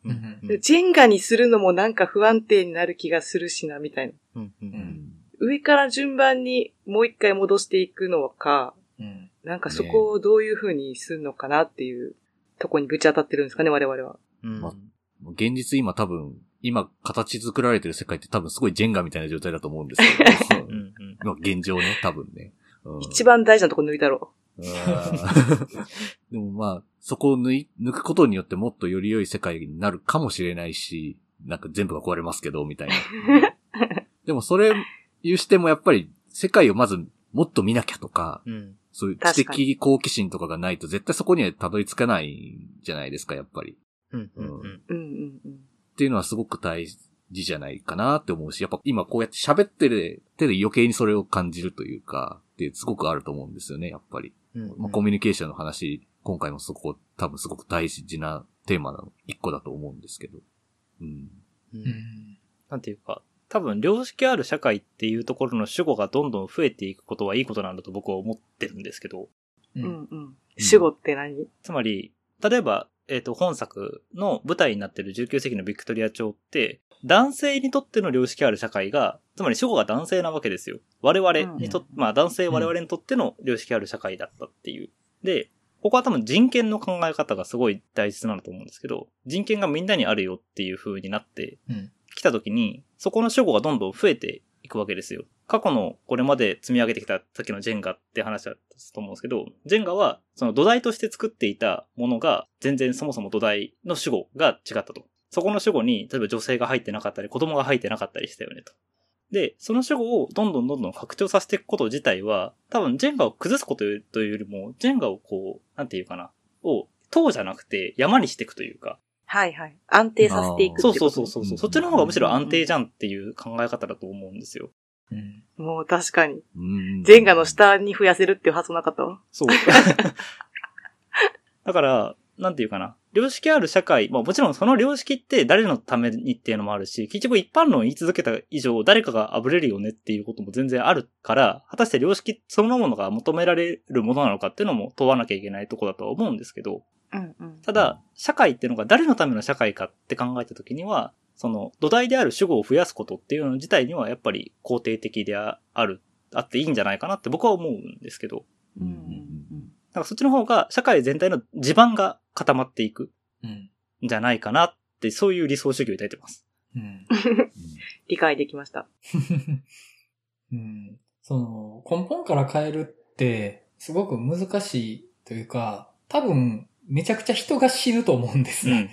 Speaker 1: うん
Speaker 3: うん
Speaker 4: ジェンガにするのもなんか不安定になる気がするしな、みたいな。
Speaker 3: うん、
Speaker 2: う
Speaker 3: う。
Speaker 2: んん。
Speaker 4: 上から順番にもう一回戻していくのか、
Speaker 1: うん。
Speaker 4: なんかそこをどういう風にするのかなっていうとこにぶち当たってるんですかね、我々は。
Speaker 3: うん。
Speaker 2: ま現実今多分、今形作られてる世界って多分すごいジェンガみたいな状態だと思うんですけど
Speaker 3: う、ん、うん。
Speaker 2: まあ現状ね、多分ね。うん
Speaker 4: 一番大事なとこ抜いたろ
Speaker 2: うん でもまあ、そこを抜い抜くことによってもっとより良い世界になるかもしれないし、なんか全部が壊れますけど、み たいな。でもそれ言うしてもやっぱり世界をまずもっと見なきゃとか、
Speaker 3: うん。
Speaker 2: そういう知
Speaker 4: 確かに
Speaker 2: 的好奇心とかがないと絶対そこにはたどり着かないじゃないですか、やっぱり。
Speaker 3: うん、うん、うん。
Speaker 4: う。うんうんうん。
Speaker 2: っていうのはすごく大事じゃないかなって思うし、やっぱ今こうやって喋ってる手で余計にそれを感じるというか、ってすごくあると思うんですよね、やっぱり。
Speaker 3: うん
Speaker 2: まあ、コミュニケーションの話、今回もそこ多分すごく大事なテーマの一個だと思うんですけど。うん。
Speaker 3: う
Speaker 1: うんん。
Speaker 3: なんていうか、多分、良識ある社会っていうところの主語がどんどん増えていくことはいいことなんだと僕は思ってるんですけど、
Speaker 1: う。
Speaker 4: うんんうん。主語って何
Speaker 3: つまり、例えば、えっ、と、本作の舞台になってる19世紀のビクトリア朝って、男性にとっての良識ある社会が、つまり主語が男性なわけですよ。我々にとっ、
Speaker 1: うん
Speaker 3: まあ男性我々にとっての良識ある社会だったっていう。で、ここは多分人権の考え方がすごい大切なんだと思うんですけど、人権がみんなにあるよっていう風になって
Speaker 1: うん
Speaker 3: きた時に、そこの主語がどんどん増えていくわけですよ。過去のこれまで積み上げてきたさっきのジェンガって話だったと思うんですけど、ジェンガはその土台として作っていたものが全然そもそも土台の主語が違ったと。そこの主語に例えば女性が入ってなかったり子供が入ってなかったりしたよねと。で、その主語をどんどんどんどん拡張させていくこと自体は、多分ジェンガを崩すことというよりも、ジェンガをこう、なんていうかな、を塔じゃなくて山にしていくというか、
Speaker 4: はいはい。安定させていくって
Speaker 3: そ
Speaker 4: こ
Speaker 3: う
Speaker 4: と。
Speaker 3: そうそうそう、う
Speaker 2: うん
Speaker 3: そっちの方がむしろ安定じゃんっていう考え方だと思うんですよ。
Speaker 1: うん。
Speaker 4: もう確かに。
Speaker 2: うん
Speaker 4: ジェンガの。下に増やせるっていう発想なかったわ。
Speaker 3: そう。 だから、なんていうかな。良識ある社会、まあもちろんその良識って誰のためにっていうのもあるし、結局一般論を言い続けた以上、誰かがあぶれるよねっていうことも全然あるから、果たして良識そのものが求められるものなのかっていうのも問わなきゃいけないとこだとは思うんですけど、
Speaker 4: うんうん。
Speaker 3: ただ、社会っていうのが誰のための社会かって考えたときには、その土台である主語を増やすことっていうの自体にはやっぱり肯定的である、あっていいんじゃないかなって僕は思うんですけど、
Speaker 2: うんうん
Speaker 3: なんかそっちの方が社会全体の地盤が固まっていく
Speaker 1: うん。
Speaker 3: んじゃないかなって、そういう理想主義を抱いてます。
Speaker 1: うん。
Speaker 4: 理解できました。
Speaker 1: うんその、根本から変えるって、すごく難しいというか、多分、めちゃくちゃ人が死ぬと思うんですね。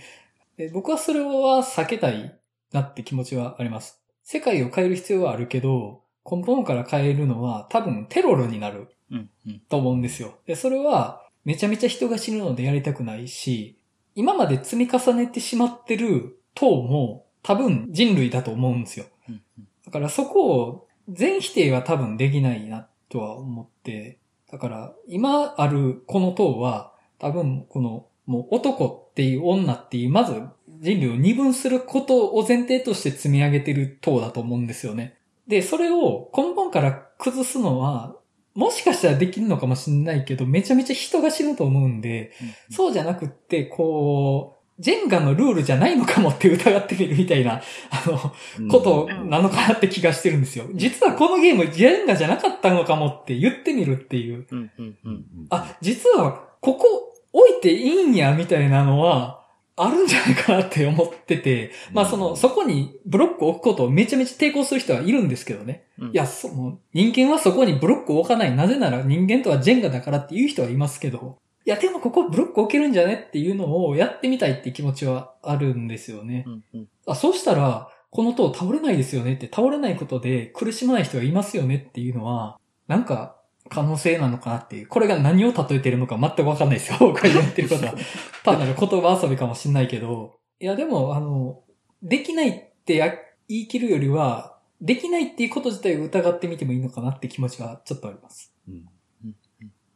Speaker 1: で僕はそれは避けたいなって気持ちはあります。世界を変える必要はあるけど、根本から変えるのは多分テロルになる
Speaker 3: うん。うん。
Speaker 1: と思うんですよ。で、それはめちゃめちゃ人が死ぬのでやりたくないし、今まで積み重ねてしまってる党も多分人類だと思うんですよ。
Speaker 3: うん。
Speaker 1: だからそこを全否定は多分できないなとは思って、だから今あるこの党は多分このもう男っていう女っていうまず人類を二分することを前提として積み上げてる党だと思うんですよね。で、それを根本から崩すのはもしかしたらできるのかもしれないけどめちゃめちゃ人が死ぬと思うんで、そうじゃなくってこう、ジェンガのルールじゃないのかもって疑ってみるみたいな、あの、
Speaker 2: うん
Speaker 1: ことなのかなって気がしてるんですよ。実はこのゲームジェンガじゃなかったのかもって言ってみるっていう。
Speaker 3: うん。う
Speaker 2: う
Speaker 3: ん。う
Speaker 2: ん
Speaker 3: ん。
Speaker 2: うん
Speaker 1: あ、実はここ置いていいんやみたいなのはあるんじゃないかなって思ってて。まあその、そこにブロックを置くことをめちゃめちゃ抵抗する人はいるんですけどね。
Speaker 3: うん。
Speaker 1: いや、その、人間はそこにブロックを置かない。なぜなら人間とはジェンガだからっていう人はいますけど。いや、でもここブロック置けるんじゃねっていうのをやってみたいって気持ちはあるんですよね。
Speaker 3: うん。うん。
Speaker 1: あ、そうしたら、この塔倒れないですよねって、倒れないことで苦しまない人がいますよねっていうのは、なんか、可能性なのかなっていう。これが何を例えてるのか全くわかんないですよ。 僕が言ってることは。単なる言葉遊びかもしんないけど。いや、でも、あの、できないってや言い切るよりは、できないっていうこと自体を疑ってみてもいいのかなって気持ちはちょっとあります。
Speaker 2: うん
Speaker 3: うん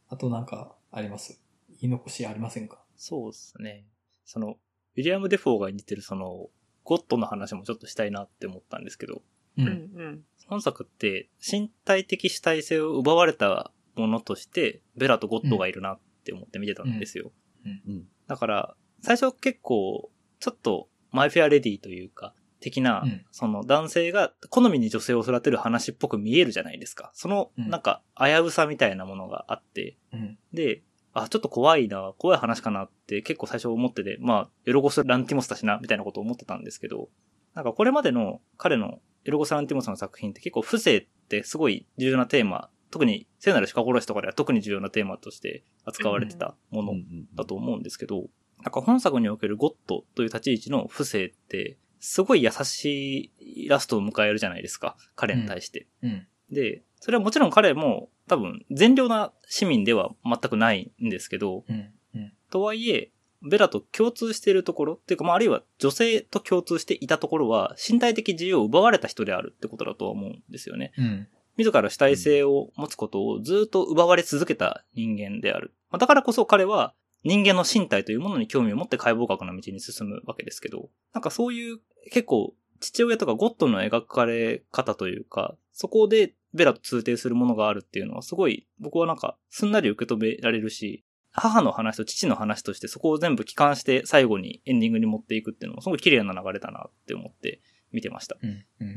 Speaker 1: あとなんか、ああります言い残しありませんか
Speaker 3: そうですね。その、ウィリアム・デフォーが演じてるその、ゴッドの話もちょっとしたいなって思ったんですけど、
Speaker 1: う
Speaker 4: うん。うん。
Speaker 3: 本作って身体的主体性を奪われたものとして、ベラとゴッドがいるなって思って見てたんですよ。
Speaker 1: うん
Speaker 2: うんうん
Speaker 3: だから、最初結構、ちょっと、マイフェアレディというか、的な、
Speaker 1: うん
Speaker 3: その男性が好みに女性を育てる話っぽく見えるじゃないですか。その、
Speaker 1: うん
Speaker 3: なんか、危うさみたいなものがあって、
Speaker 1: うん。
Speaker 3: で、あ、ちょっと怖いな、怖い話かなって結構最初思ってて、まあ、エロゴスランティモスだしな、みたいなことを思ってたんですけど、なんかこれまでの彼のエロゴスランティモスの作品って結構不正ってすごい重要なテーマ、特に聖なる鹿殺しとかでは特に重要なテーマとして扱われてたものだと思うんですけど、なんか本作におけるゴッドという立ち位置の不正って、すごい優しいイラストを迎えるじゃないですか、彼に対して。
Speaker 1: うん。
Speaker 3: で、それはもちろん彼も多分善良な市民では全くないんですけど、
Speaker 1: うん。うん。
Speaker 3: とはいえ、ベラと共通しているところっていうか、まあ、あるいは女性と共通していたところは、身体的自由を奪われた人であるってことだとは思うんですよね。
Speaker 1: うん。
Speaker 3: 自ら主体性を持つことをずっと奪われ続けた人間である。まあだからこそ彼は人間の身体というものに興味を持って解剖学の道に進むわけですけど、なんかそういう結構父親とかゴッドの描かれ方というか、そこでベラと通底するものがあるっていうのはすごい僕はなんかすんなり受け止められるし、母の話と父の話としてそこを全部帰還して最後にエンディングに持っていくっていうのもすごい綺麗な流れだなって思って見てました。
Speaker 1: うん。うん。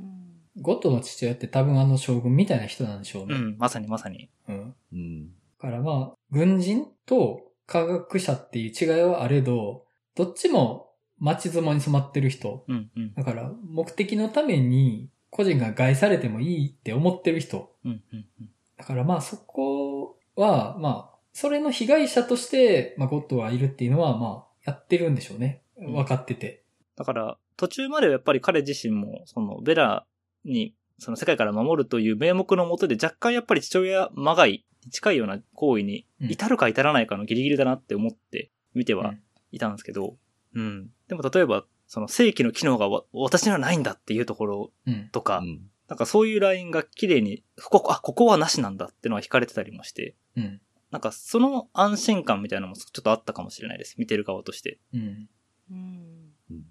Speaker 4: うん
Speaker 1: ゴッドの父親って多分あの将軍みたいな人なんでしょう
Speaker 3: う
Speaker 1: ね。
Speaker 3: ん、まさにまさに。
Speaker 1: うん。
Speaker 2: うん。
Speaker 1: だからまあ、軍人と科学者っていう違いはあれど、どっちも町相撲に染まってる人。
Speaker 3: うん、うん、
Speaker 1: だから、目的のために個人が害されてもいいって思ってる人。
Speaker 3: うん、うん、うん。
Speaker 1: だからまあそこは、まあ、それの被害者として、まあゴッドがいるっていうのは、まあ、やってるんでしょうね。
Speaker 3: ん
Speaker 1: 分かってて。
Speaker 3: だから、途中まではやっぱり彼自身も、その、ベラに、その世界から守るという名目のもとで、若干やっぱり父親まがいに近いような行為に、
Speaker 1: うん
Speaker 3: 至るか至らないかのギリギリだなって思って見て
Speaker 1: う
Speaker 3: は
Speaker 1: ん
Speaker 3: いたんですけど、うん。でも例えば、その正規の機能がわ私にはないんだっていうところ
Speaker 1: うん。
Speaker 3: とか、
Speaker 2: うん
Speaker 3: なんかそういうラインが綺麗に、ここ、あ、ここはなしなんだってのは惹かれてたりもして、
Speaker 1: うん。
Speaker 3: なんかその安心感みたいなのもちょっとあったかもしれないです。見てる側として。
Speaker 1: うん。
Speaker 4: うん。
Speaker 2: うん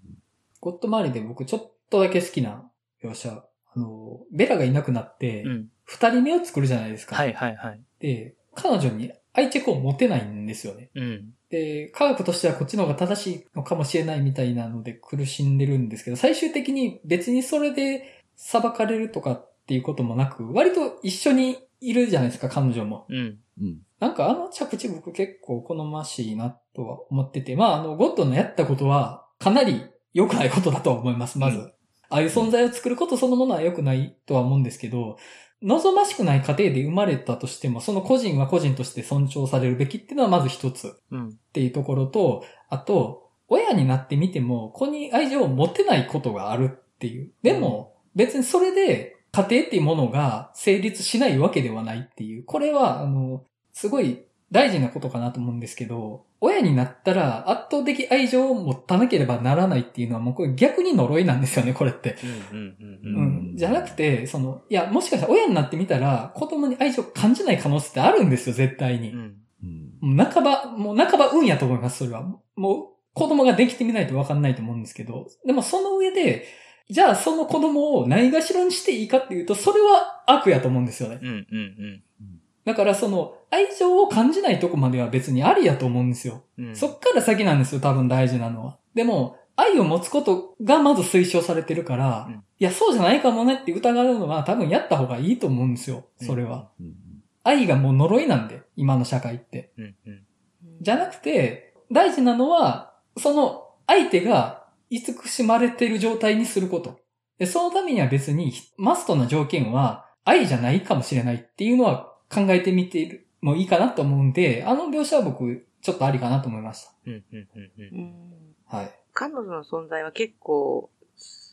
Speaker 1: ゴッド周りで僕ちょっとだけ好きな描写。あの、ベラがいなくなって
Speaker 3: う、ん。
Speaker 1: 二人目を作るじゃないですか。
Speaker 3: はいはいはい。
Speaker 1: で、彼女に愛着を持てないんですよね。
Speaker 3: うん。
Speaker 1: で、科学としてはこっちの方が正しいのかもしれないみたいなので苦しんでるんですけど、最終的に別にそれで裁かれるとかっていうこともなく、割と一緒にいるじゃないですか、彼女も。
Speaker 3: うん。
Speaker 2: うん。
Speaker 1: なんかあの着地僕結構好ましいなとは思ってて、まああのゴッドのやったことはかなり良くないことだとは思います、まず。
Speaker 3: うん
Speaker 1: ああいう存在を作ることそのものは良くないとは思うんですけど、望ましくない過程で生まれたとしても、その個人は個人として尊重されるべきっていうのはまず一つっ
Speaker 3: うん。
Speaker 1: ていうところと、あと、親になってみても子に愛情を持てないことがあるっていう。でも、別にそれで家庭っていうものが成立しないわけではないっていう。これは、あの、すごい大事なことかなと思うんですけど、親になったら圧倒的愛情を持たなければならないっていうのはもうこれ逆に呪いなんですよね、これって。
Speaker 3: うんうんう
Speaker 1: うん
Speaker 3: うん。
Speaker 1: ん。じゃなくて、その、いや、もしかしたら親になってみたら子供に愛情を感じない可能性ってあるんですよ、絶対に。
Speaker 3: うん。
Speaker 2: うん
Speaker 1: もう半ば、もう半ば運やと思います、それは。もう、子供ができてみないと分かんないと思うんですけど。でもその上で、じゃあその子供をないがしろにしていいかっていうと、それは悪やと思うんですよね。
Speaker 3: うんうんうん
Speaker 1: だからその、愛情を感じないとこまでは別にありやと思うんですよ。
Speaker 3: うん。
Speaker 1: そっから先なんですよ、多分大事なのは。でも、愛を持つことがまず推奨されてるから、
Speaker 3: うん
Speaker 1: いや、そうじゃないかもねって疑うのは多分やった方がいいと思うんですよ、それは。
Speaker 2: うん
Speaker 1: 愛がもう呪いなんで、今の社会って。
Speaker 3: うんうん。
Speaker 1: じゃなくて、大事なのは、その相手が慈しまれている状態にすること。で、そのためには別に、マストな条件は愛じゃないかもしれないっていうのは考えてみてるもいいかなと思うんで、あの描写は僕、ちょっとありかなと思いまし
Speaker 3: うんうんうんうん。
Speaker 4: うん
Speaker 1: た。はい。
Speaker 4: 彼女の存在は結構、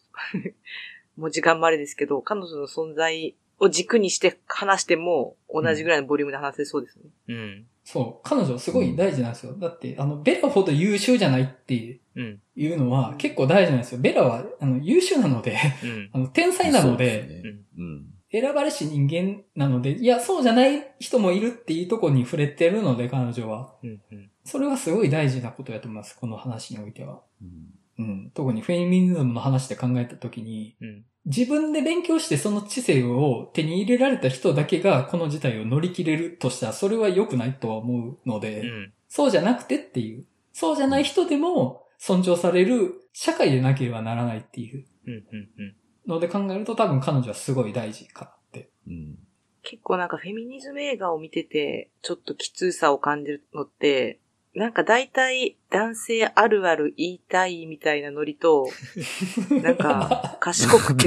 Speaker 4: もう時間もあれですけど、彼女の存在を軸にして話しても同じぐらいのボリュームで話せそうですね。
Speaker 3: うん。
Speaker 1: そう。彼女すごい大事なんですよ。だって、あの、ベラほど優秀じゃないってい
Speaker 3: うん。
Speaker 1: うのは 結構大事なんですよ。ベラは、あの、優秀なので、
Speaker 3: うん。
Speaker 1: あの、天才なので、
Speaker 2: そうすねうん。
Speaker 1: 選ばれし人間なので、いや、そうじゃない人もいるっていうところに触れてるので、彼女は。
Speaker 3: うんうん。
Speaker 1: それはすごい大事なことやと思います、この話においては。
Speaker 2: うん
Speaker 1: うん。特にフェミニズムの話で考えたときに、
Speaker 3: うん。
Speaker 1: 自分で勉強してその知性を手に入れられた人だけがこの事態を乗り切れるとしたら、それは良くないとは思うので、
Speaker 3: うん。
Speaker 1: そうじゃなくてっていう。そうじゃない人でも尊重される社会でなければならないっていう
Speaker 3: うん。うん。うん。
Speaker 1: ので考えると多分彼女はすごい大事かなって。
Speaker 2: うん。
Speaker 4: 結構なんかフェミニズム映画を見てて、ちょっときつさを感じるのって、なんか大体男性あるある言いたいみたいなノリと、なんか賢くて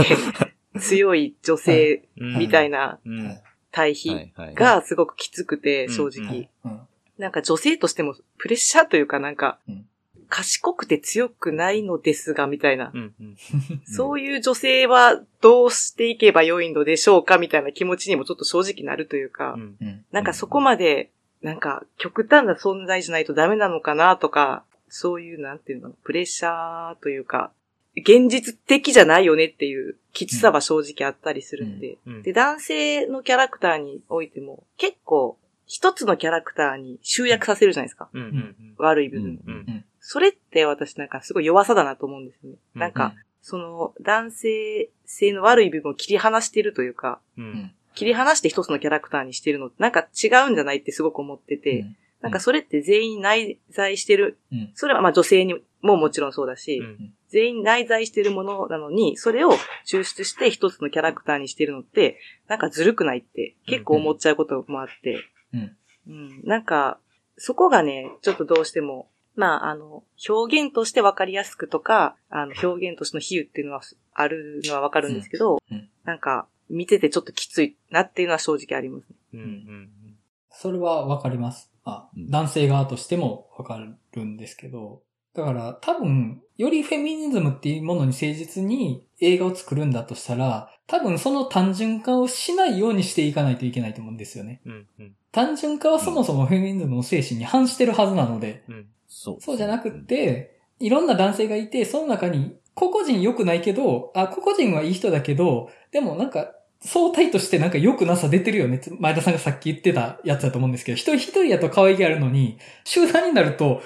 Speaker 4: 強い女性
Speaker 3: うん。
Speaker 4: みたい
Speaker 3: な。
Speaker 4: な
Speaker 3: うん。
Speaker 4: 対
Speaker 2: は
Speaker 4: 比
Speaker 2: いはい。
Speaker 4: がすごくきつくて、
Speaker 3: うん
Speaker 4: 正
Speaker 3: うん
Speaker 4: 直。
Speaker 1: うん。
Speaker 4: なんか女性としてもプレッシャーというかなんか
Speaker 1: うん、
Speaker 4: 賢くて強くないのですが、みたいな
Speaker 3: う。ん。うん。
Speaker 4: そういう女性はどうしていけばよいのでしょうかみたいな気持ちにもちょっと正直なるというか
Speaker 3: う、ん。
Speaker 1: うん。
Speaker 4: なんかそこまで、なんか極端な存在じゃないとダメなのかなとか、そういうなんていうの、プレッシャーというか、現実的じゃないよねっていうきつさは正直あったりするんで。
Speaker 3: うん。
Speaker 4: で、男性のキャラクターにおいても、結構一つのキャラクターに集約させるじゃないですか。
Speaker 3: うん。うん。
Speaker 4: 悪い部
Speaker 2: う
Speaker 4: 分。
Speaker 2: ん。
Speaker 3: うん
Speaker 4: それって私なんかすごい弱さだなと思うんですよね。
Speaker 3: うん
Speaker 4: なんか、その男性性の悪い部分を切り離してるというか、
Speaker 3: うん。
Speaker 4: 切り離して一つのキャラクターにしてるのってなんか違うんじゃないってすごく思ってて、
Speaker 1: うん
Speaker 4: なんかそれって全員内在してる、
Speaker 1: うん
Speaker 4: それはまあ女性にももちろんそうだし、
Speaker 3: うん。
Speaker 4: 全員内在してるものなのに、それを抽出して一つのキャラクターにしてるのって、なんかずるくないって結構思っちゃうこともあって、
Speaker 1: うん
Speaker 4: うんなんか、そこがね、ちょっとどうしても、まあ、あの、表現としてわかりやすくとか、あの、表現としての比喩っていうのはあるのはわかるんですけど、
Speaker 1: うんうん
Speaker 4: なんか、見ててちょっときついなっていうのは正直ありますね。
Speaker 3: うん。うん。
Speaker 1: それはわかります。あ、
Speaker 2: うん
Speaker 1: 男性側としてもわかるんですけど、だから多分、よりフェミニズムっていうものに誠実に映画を作るんだとしたら、多分その単純化をしないようにしていかないといけないと思うんですよね。
Speaker 3: うん。うん。
Speaker 1: 単純化はそもそもフェミニズムの精神に反してるはずなので、
Speaker 3: うん。
Speaker 2: そう。
Speaker 1: そうじゃなくっ。て、いろんな男性がいて、その中に、個々人良くないけど、あ、個々人はいい人だけど、でもなんか、相対としてなんか良くなさ出てるよね。つ前田さんがさっき言ってたやつだと思うんですけど、一人一人やと可愛げあるのに、集団になると、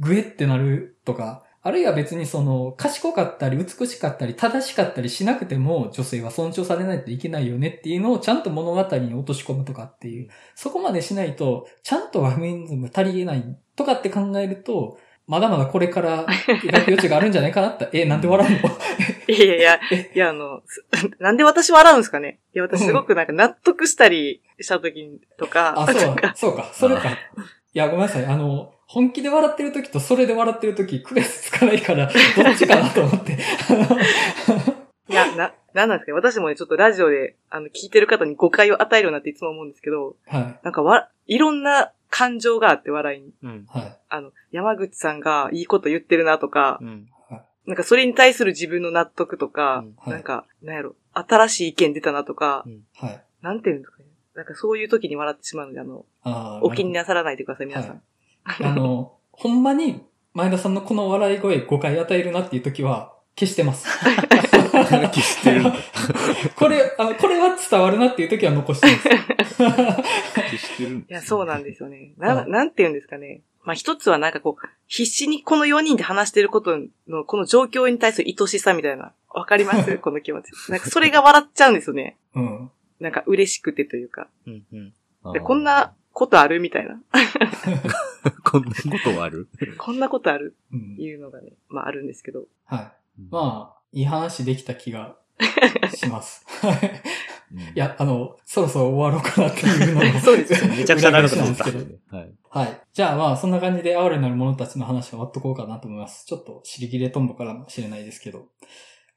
Speaker 1: グエってなるとか、あるいは別にその、賢かったり、美しかったり、正しかったりしなくても、女性は尊重されないといけないよねっていうのをちゃんと物語に落とし込むとかっていう、そこまでしないと、ちゃんとはフェミニズム足りげないとかって考えると、まだまだこれから描く余地があるんじゃないかなって、え、なんで笑う の
Speaker 4: いやいや、いや、あの、す なんで私笑うんですかねいや、私すごくなんか納得したりした時とか、
Speaker 1: あ、そうだ、そうか、それか。いや、ごめんなさい。あの、本気で笑ってる時とそれで笑ってる時、区別つかない から、どっちかなと思って。
Speaker 4: いや、な、なんなんですかね私もね、ちょっとラジオで、あの、聞いてる方に誤解を与えるようになっていつも思うんですけど、
Speaker 1: はい、
Speaker 4: なんかわ、いろんな感情があって笑いに。
Speaker 3: うん。
Speaker 1: はい。
Speaker 4: あの、山口さんがいいこと言ってるなとか
Speaker 3: う、ん。
Speaker 4: なんかそれに対する自分の納得とか、
Speaker 1: はい
Speaker 4: なんか、なんやろ、新しい意見出たなとか、
Speaker 1: はい。
Speaker 4: なんていうんですかね。なんかそういう時に笑ってしまうので、あの、
Speaker 1: あー
Speaker 4: お気になさらないでください、皆さん。
Speaker 1: はあの、ほんまに、前田さんのこの笑い声誤解与えるなっていう時は、消してます。
Speaker 2: 消してるんだ。
Speaker 1: これ、あの、これは伝わるなっていう時は残してます。
Speaker 2: 消してるん
Speaker 4: いや、そうなんですよね。な、
Speaker 1: はい
Speaker 4: なんて言うんですかね。まあ、一つはなんかこう、必死にこの4人で話してることの、この状況に対する愛しさみたいな。わかります この気持ち。なんかそれが笑っちゃうんですよね。
Speaker 1: うん。
Speaker 4: なんか嬉しくてというか。
Speaker 3: うん。うん。
Speaker 2: あ
Speaker 4: で
Speaker 2: ー
Speaker 4: こん。なことあるみたいな。
Speaker 2: こんなことはある
Speaker 4: こんなことある
Speaker 1: うん
Speaker 4: いうのがね、まああるんですけど。
Speaker 1: はい。まあ、いい話できた気がします。
Speaker 2: あ、うん
Speaker 1: い、や、あの、そろそろ終わろうかなっていうの も
Speaker 4: そうですよね
Speaker 3: めちゃくちゃ長く
Speaker 1: 裏返
Speaker 3: なっ
Speaker 1: しな
Speaker 3: た
Speaker 1: んですけど。
Speaker 2: はい。
Speaker 1: はい。じゃあまあ、そんな感じで哀れなる者たちの話は終わっとこうかなと思います。ちょっと、尻切れトンボからもしれないですけど。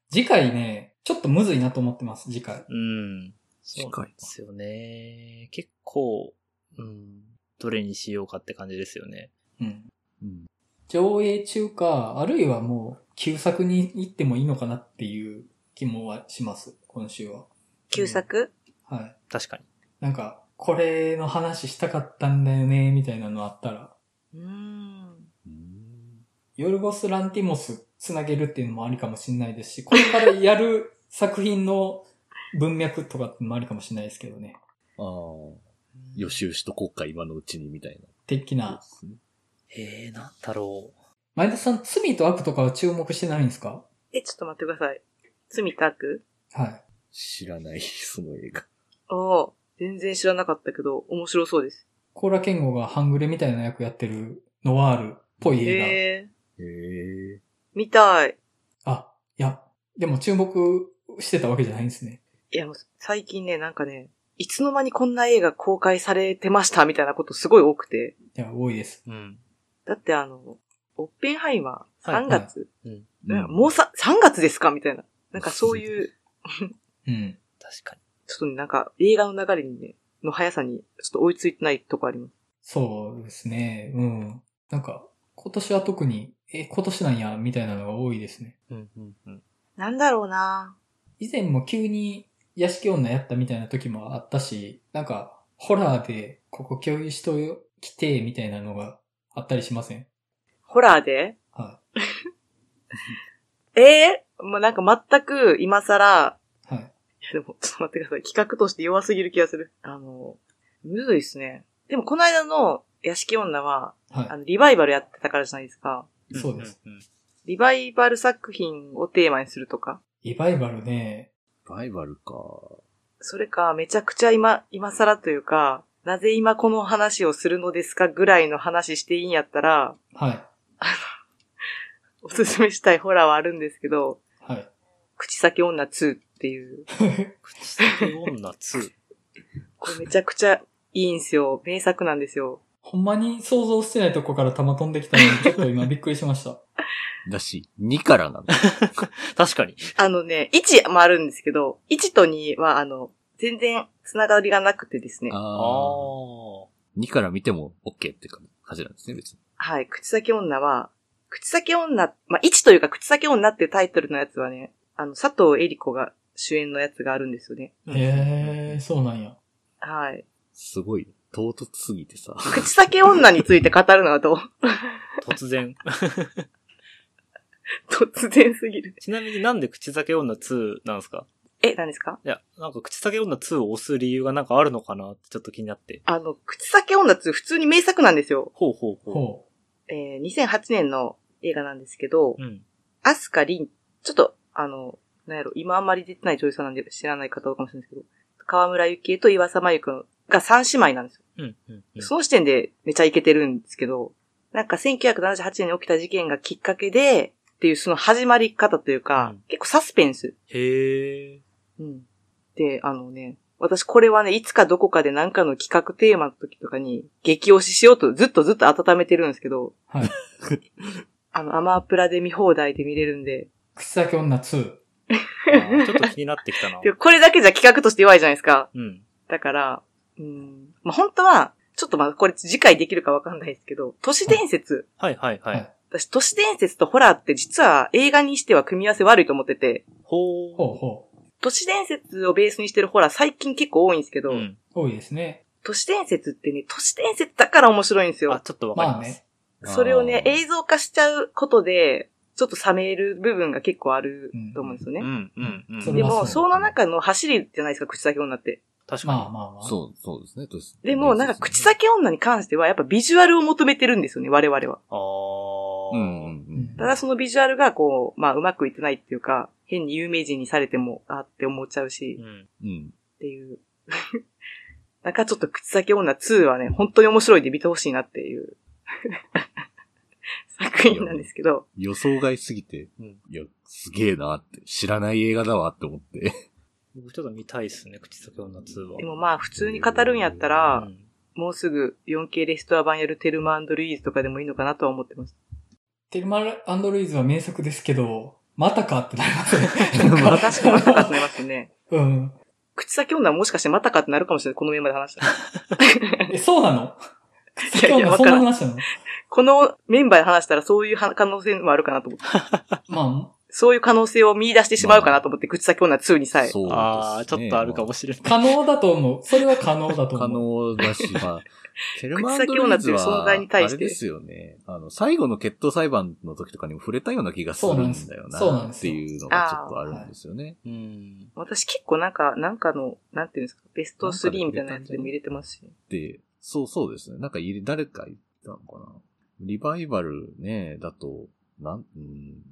Speaker 1: 次回ね、ちょっとむずいなと思ってます、次回。
Speaker 3: うん。
Speaker 2: 近
Speaker 3: そ
Speaker 2: いう
Speaker 3: なんですよね。結構、うん。どれにしようかって感じですよね。
Speaker 1: うん。
Speaker 2: うん。
Speaker 1: 上映中か、あるいはもう、旧作に行ってもいいのかなっていう気もはします、今週は。
Speaker 4: 旧作、
Speaker 1: はい。
Speaker 3: 確かに。
Speaker 1: なんか、これの話したかったんだよね、みたいなのあったら、
Speaker 4: うーん。
Speaker 2: うん
Speaker 1: ヨルゴス・ランティモスつなげるっていうのもありかもしれないですし、これからやる作品の文脈とかってのもありかもしれないですけどね。
Speaker 2: ああ、予習しとこうか、今のうちに、みたい
Speaker 1: 的
Speaker 2: な。
Speaker 1: な。
Speaker 2: ですね
Speaker 3: ええー、なんだろう。
Speaker 1: 前田さん、罪と悪とかは注目してないんですか
Speaker 4: え、ちょっと待ってください。罪と悪
Speaker 1: はい。
Speaker 2: 知らない、その映画。
Speaker 4: ああ、全然知らなかったけど、面白そうです。
Speaker 1: コーラケンゴが半グレみたいな役やってるノワールっぽい映画。
Speaker 4: へえ、
Speaker 2: へえ。
Speaker 4: 見たい。
Speaker 1: あ、いや、でも注目してたわけじゃないんですね。
Speaker 4: いや、もう最近ね、なんかね、いつの間にこんな映画公開されてましたみたいなことすごい多くて。
Speaker 1: いや、多いです。
Speaker 3: うん。
Speaker 4: だってあの、オッペンハイマー、
Speaker 3: はい
Speaker 4: 3月、なんか
Speaker 2: う
Speaker 4: もうさ、3月ですかみたいな。なんかそういう、
Speaker 1: うん。
Speaker 3: 確かに。
Speaker 4: ちょっとね、なんか映画の流れにね、の速さに、ちょっと追いついてないとこあります。
Speaker 1: そうですね。うん。なんか、今年は特に、え、今年なんや、みたいなのが多いですね。
Speaker 3: うん、うん、うん。
Speaker 4: なんだろうな
Speaker 1: 以前も急に屋敷女やったみたいな時もあったし、なんか、ホラーでここ共有しときて、みたいなのがあったりしません
Speaker 4: ホラーで
Speaker 1: は
Speaker 4: ええもうなんか全く今更、
Speaker 1: い。はい。
Speaker 4: いやでも、ちょっと待ってください。企画として弱すぎる気がする。あの、むずいっすね。でもこの間の屋敷女は、あ
Speaker 1: は
Speaker 4: の、リバイバルやってたからじゃないですか。
Speaker 1: い。そうです。。
Speaker 3: ん、
Speaker 4: リバイバル作品をテーマにするとか。
Speaker 1: リバイバルね、
Speaker 2: バイバルか。
Speaker 4: それか、めちゃくちゃ今、今更というか、なぜ今この話をするのですかぐらいの話していいんやったら、
Speaker 1: はい。
Speaker 4: おすすめしたいホラーはあるんですけど、
Speaker 1: はい。
Speaker 4: 口先女2っていう。
Speaker 3: 口先女2。
Speaker 4: これめちゃくちゃいいんすよ。名作なんですよ。
Speaker 1: ほんまに想像してないとこから弾飛んできたの に、ちょっと今びっくりしました。
Speaker 2: だし、2からなんだ。
Speaker 3: 確かに。
Speaker 4: あのね、1もあるんですけど、1と2はあの、全然つながりがなくてですね。
Speaker 3: あ
Speaker 2: ああ。
Speaker 3: あ。
Speaker 2: 2から見ても OK って感じなんですね、別に。
Speaker 4: はい、口先女は、口先女、まあ、1というか口先女っていうタイトルのやつはね、あの、佐藤恵里子が主演のやつがあるんですよね。
Speaker 1: へえー、そうなんや。
Speaker 4: はい。
Speaker 2: すごい、唐突すぎてさ。
Speaker 4: 口先女について語るのはどう
Speaker 3: 突然。
Speaker 4: 突然すぎる。
Speaker 3: ちなみになんで口先女2なんですか
Speaker 4: え、何ですか
Speaker 3: いや、なんか口先女2を押す理由がなんかあるのかなってちょっと気になって。
Speaker 4: あの、口先女って普通に名作なんですよ。
Speaker 3: ほうほうほ
Speaker 1: ほ
Speaker 4: えー、2008年の映画なんですけど、
Speaker 3: う。うん。
Speaker 4: アスカリン、ちょっと、あの、なんやろ、今あんまり出てない女優さんなんで知らない方多いかもしれないですけど、河村ゆきえと岩佐真由くんが三姉妹なんですよ。
Speaker 3: うん、うん、うん。
Speaker 4: その時点でめちゃイケてるんですけど、なんか1978年に起きた事件がきっかけで、っていうその始まり方というか、
Speaker 3: うん
Speaker 4: 結構サスペンス。
Speaker 3: へえ。
Speaker 4: うん。で、あのね、私これはね、いつかどこかで何かの企画テーマの時とかに激推ししようとずっとずっと温めてるんですけど、
Speaker 1: う。はい。
Speaker 4: あの、アマプラで見放題で見れるんで、
Speaker 1: 口先女2。
Speaker 3: あーちょっと気になってきたな。
Speaker 4: でこれだけじゃ企画として弱いじゃないですか。
Speaker 3: うん。
Speaker 4: だから、うん、まあ、本当は、ちょっとまだこれ次回できるかわかんないですけど、都市伝説。
Speaker 3: はい、はい、は
Speaker 1: はいい。
Speaker 4: 私、都市伝説とホラーって実は映画にしては組み合わせ悪いと思ってて、
Speaker 3: ほう。
Speaker 1: ほうほ
Speaker 4: 都市伝説をベースにしてるホラー最近結構多いんですけど、
Speaker 3: うん。
Speaker 1: う。多いですね。
Speaker 4: 都市伝説ってね、都市伝説だから面白いんです
Speaker 3: あ、
Speaker 4: よ。
Speaker 3: ちょっとわかり
Speaker 1: まあ
Speaker 3: ま
Speaker 1: ね。
Speaker 3: す。
Speaker 4: それをね、
Speaker 2: え
Speaker 4: 映像化しちゃうことで、ちょっと冷める部分が結構あると思うんですよね。
Speaker 3: うん、うん、うん。
Speaker 1: そ
Speaker 4: で
Speaker 1: れはそ
Speaker 4: も、そうの中の走りじゃないですか、口先女って。
Speaker 3: 確かに。
Speaker 1: まあまあまあ。
Speaker 2: そう、そうですね、とし
Speaker 4: でも、なんか、口。先女に関しては、やっぱビジュアルを求めてるんですよね、我々は。
Speaker 3: あー
Speaker 2: うん、うん、うん。
Speaker 4: ただそのビジュアルがこう、まあうまくいってないっていうか、変に有名人にされても、あって思っちゃうし
Speaker 3: う、ん。
Speaker 2: うん。
Speaker 4: っていう。 なんかちょっと口先女2はね、本当に面白いんで見てほしいなっていう 作品なんですけど、
Speaker 2: 予想外すぎて、
Speaker 3: うん
Speaker 2: いや、すげえなって、知らない映画だわって思って。。
Speaker 3: 僕ちょっと見たいっすね、口先女2は。
Speaker 4: でもまあ普通に語るんやった
Speaker 3: う
Speaker 4: ら、
Speaker 3: ん
Speaker 4: もうすぐ 4K レストア版やるテルマルイーズとかでもいいのかなとは思ってます。
Speaker 1: テルマルルイーズは名作ですけど、またかってなりますね
Speaker 2: ま
Speaker 1: なんか
Speaker 4: 確かに またかってなりますよね。
Speaker 1: うん。
Speaker 4: 口先女はもしかしてまたかってなるかもしれない。このメンバーで話したら。
Speaker 1: え、そうなの口先
Speaker 4: いやいや
Speaker 1: 女
Speaker 4: わ
Speaker 1: そん
Speaker 4: か
Speaker 1: な
Speaker 4: らん
Speaker 1: 話なの
Speaker 4: このメンバーで話したらそういう可能性もあるかなと思って。
Speaker 1: まあ、
Speaker 4: そういう可能性を見出してしまうかなと思って、口先女2にさえ。
Speaker 2: そうですね。
Speaker 3: ああ、ちょっとあるかも
Speaker 2: し
Speaker 3: しれない。
Speaker 1: 可能だと思う。それは可能だと
Speaker 2: 可
Speaker 1: 思う。
Speaker 2: 能だ し、まあ、テルマンドリーズ
Speaker 4: 口先女
Speaker 2: は、
Speaker 4: っていう存在に対
Speaker 2: あ
Speaker 4: して
Speaker 2: れですよね。あの、最後の決闘裁判の時とかにも触れたような気がするんだよ
Speaker 1: そうなん
Speaker 2: な、
Speaker 1: で
Speaker 2: っ
Speaker 1: す
Speaker 2: て
Speaker 1: よ
Speaker 2: いうのがちょっとあるんですよね。
Speaker 3: うん。
Speaker 4: 私結構なんか、なんかの、なんていうんですか、ベスト3みたいなやつでも入れてますし。
Speaker 2: で、そうそうですね。なんか入れ、誰か言ったのかな。リバイバルね、だと、なん、うん、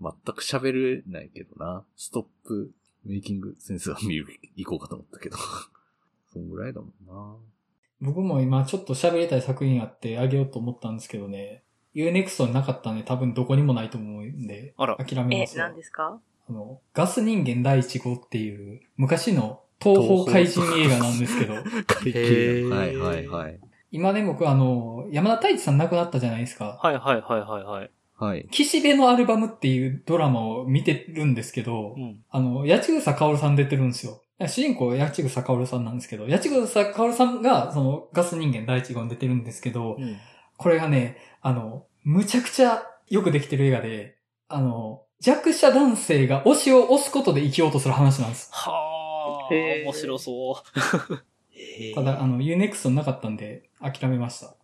Speaker 2: 全く喋れないけどな。ストップ、メイキングセンスが見る、行こうかと思ったけど。 そんぐらいだもんな。
Speaker 1: 僕も今ちょっと喋りたい作品あってあげようと思ったんですけどね、UNEXT になかったんで多分どこにもないと思うんで、
Speaker 3: あら、
Speaker 1: 諦め
Speaker 4: え
Speaker 1: ま、すわ
Speaker 4: 何ですか
Speaker 1: あの、ガス人間第1号っていう昔の東方怪人映画なんですけど、
Speaker 2: 会
Speaker 3: へー
Speaker 2: はいはいはい。
Speaker 1: 今ね僕あの、山田太一さん亡くなったじゃないですか。
Speaker 3: はいはいはいはいはい。
Speaker 2: はい。
Speaker 1: 岸辺のアルバムっていうドラマを見てるんですけど、
Speaker 3: ん。
Speaker 1: あの、八千草薫さん出てるんですよ。主人公は八千草薫さんなんですけど、八千草薫さんが、その、ガス人間第一号に出てるんですけど、
Speaker 3: うん。
Speaker 1: これがね、あの、むちゃくちゃよくできてる映画で、あの、弱者男性が推しを推すことで生きようとする話なんです。
Speaker 3: はあ、
Speaker 4: へー
Speaker 3: 面白そう。へー
Speaker 1: ただ、あの、UNEXT なかったんで、諦めました。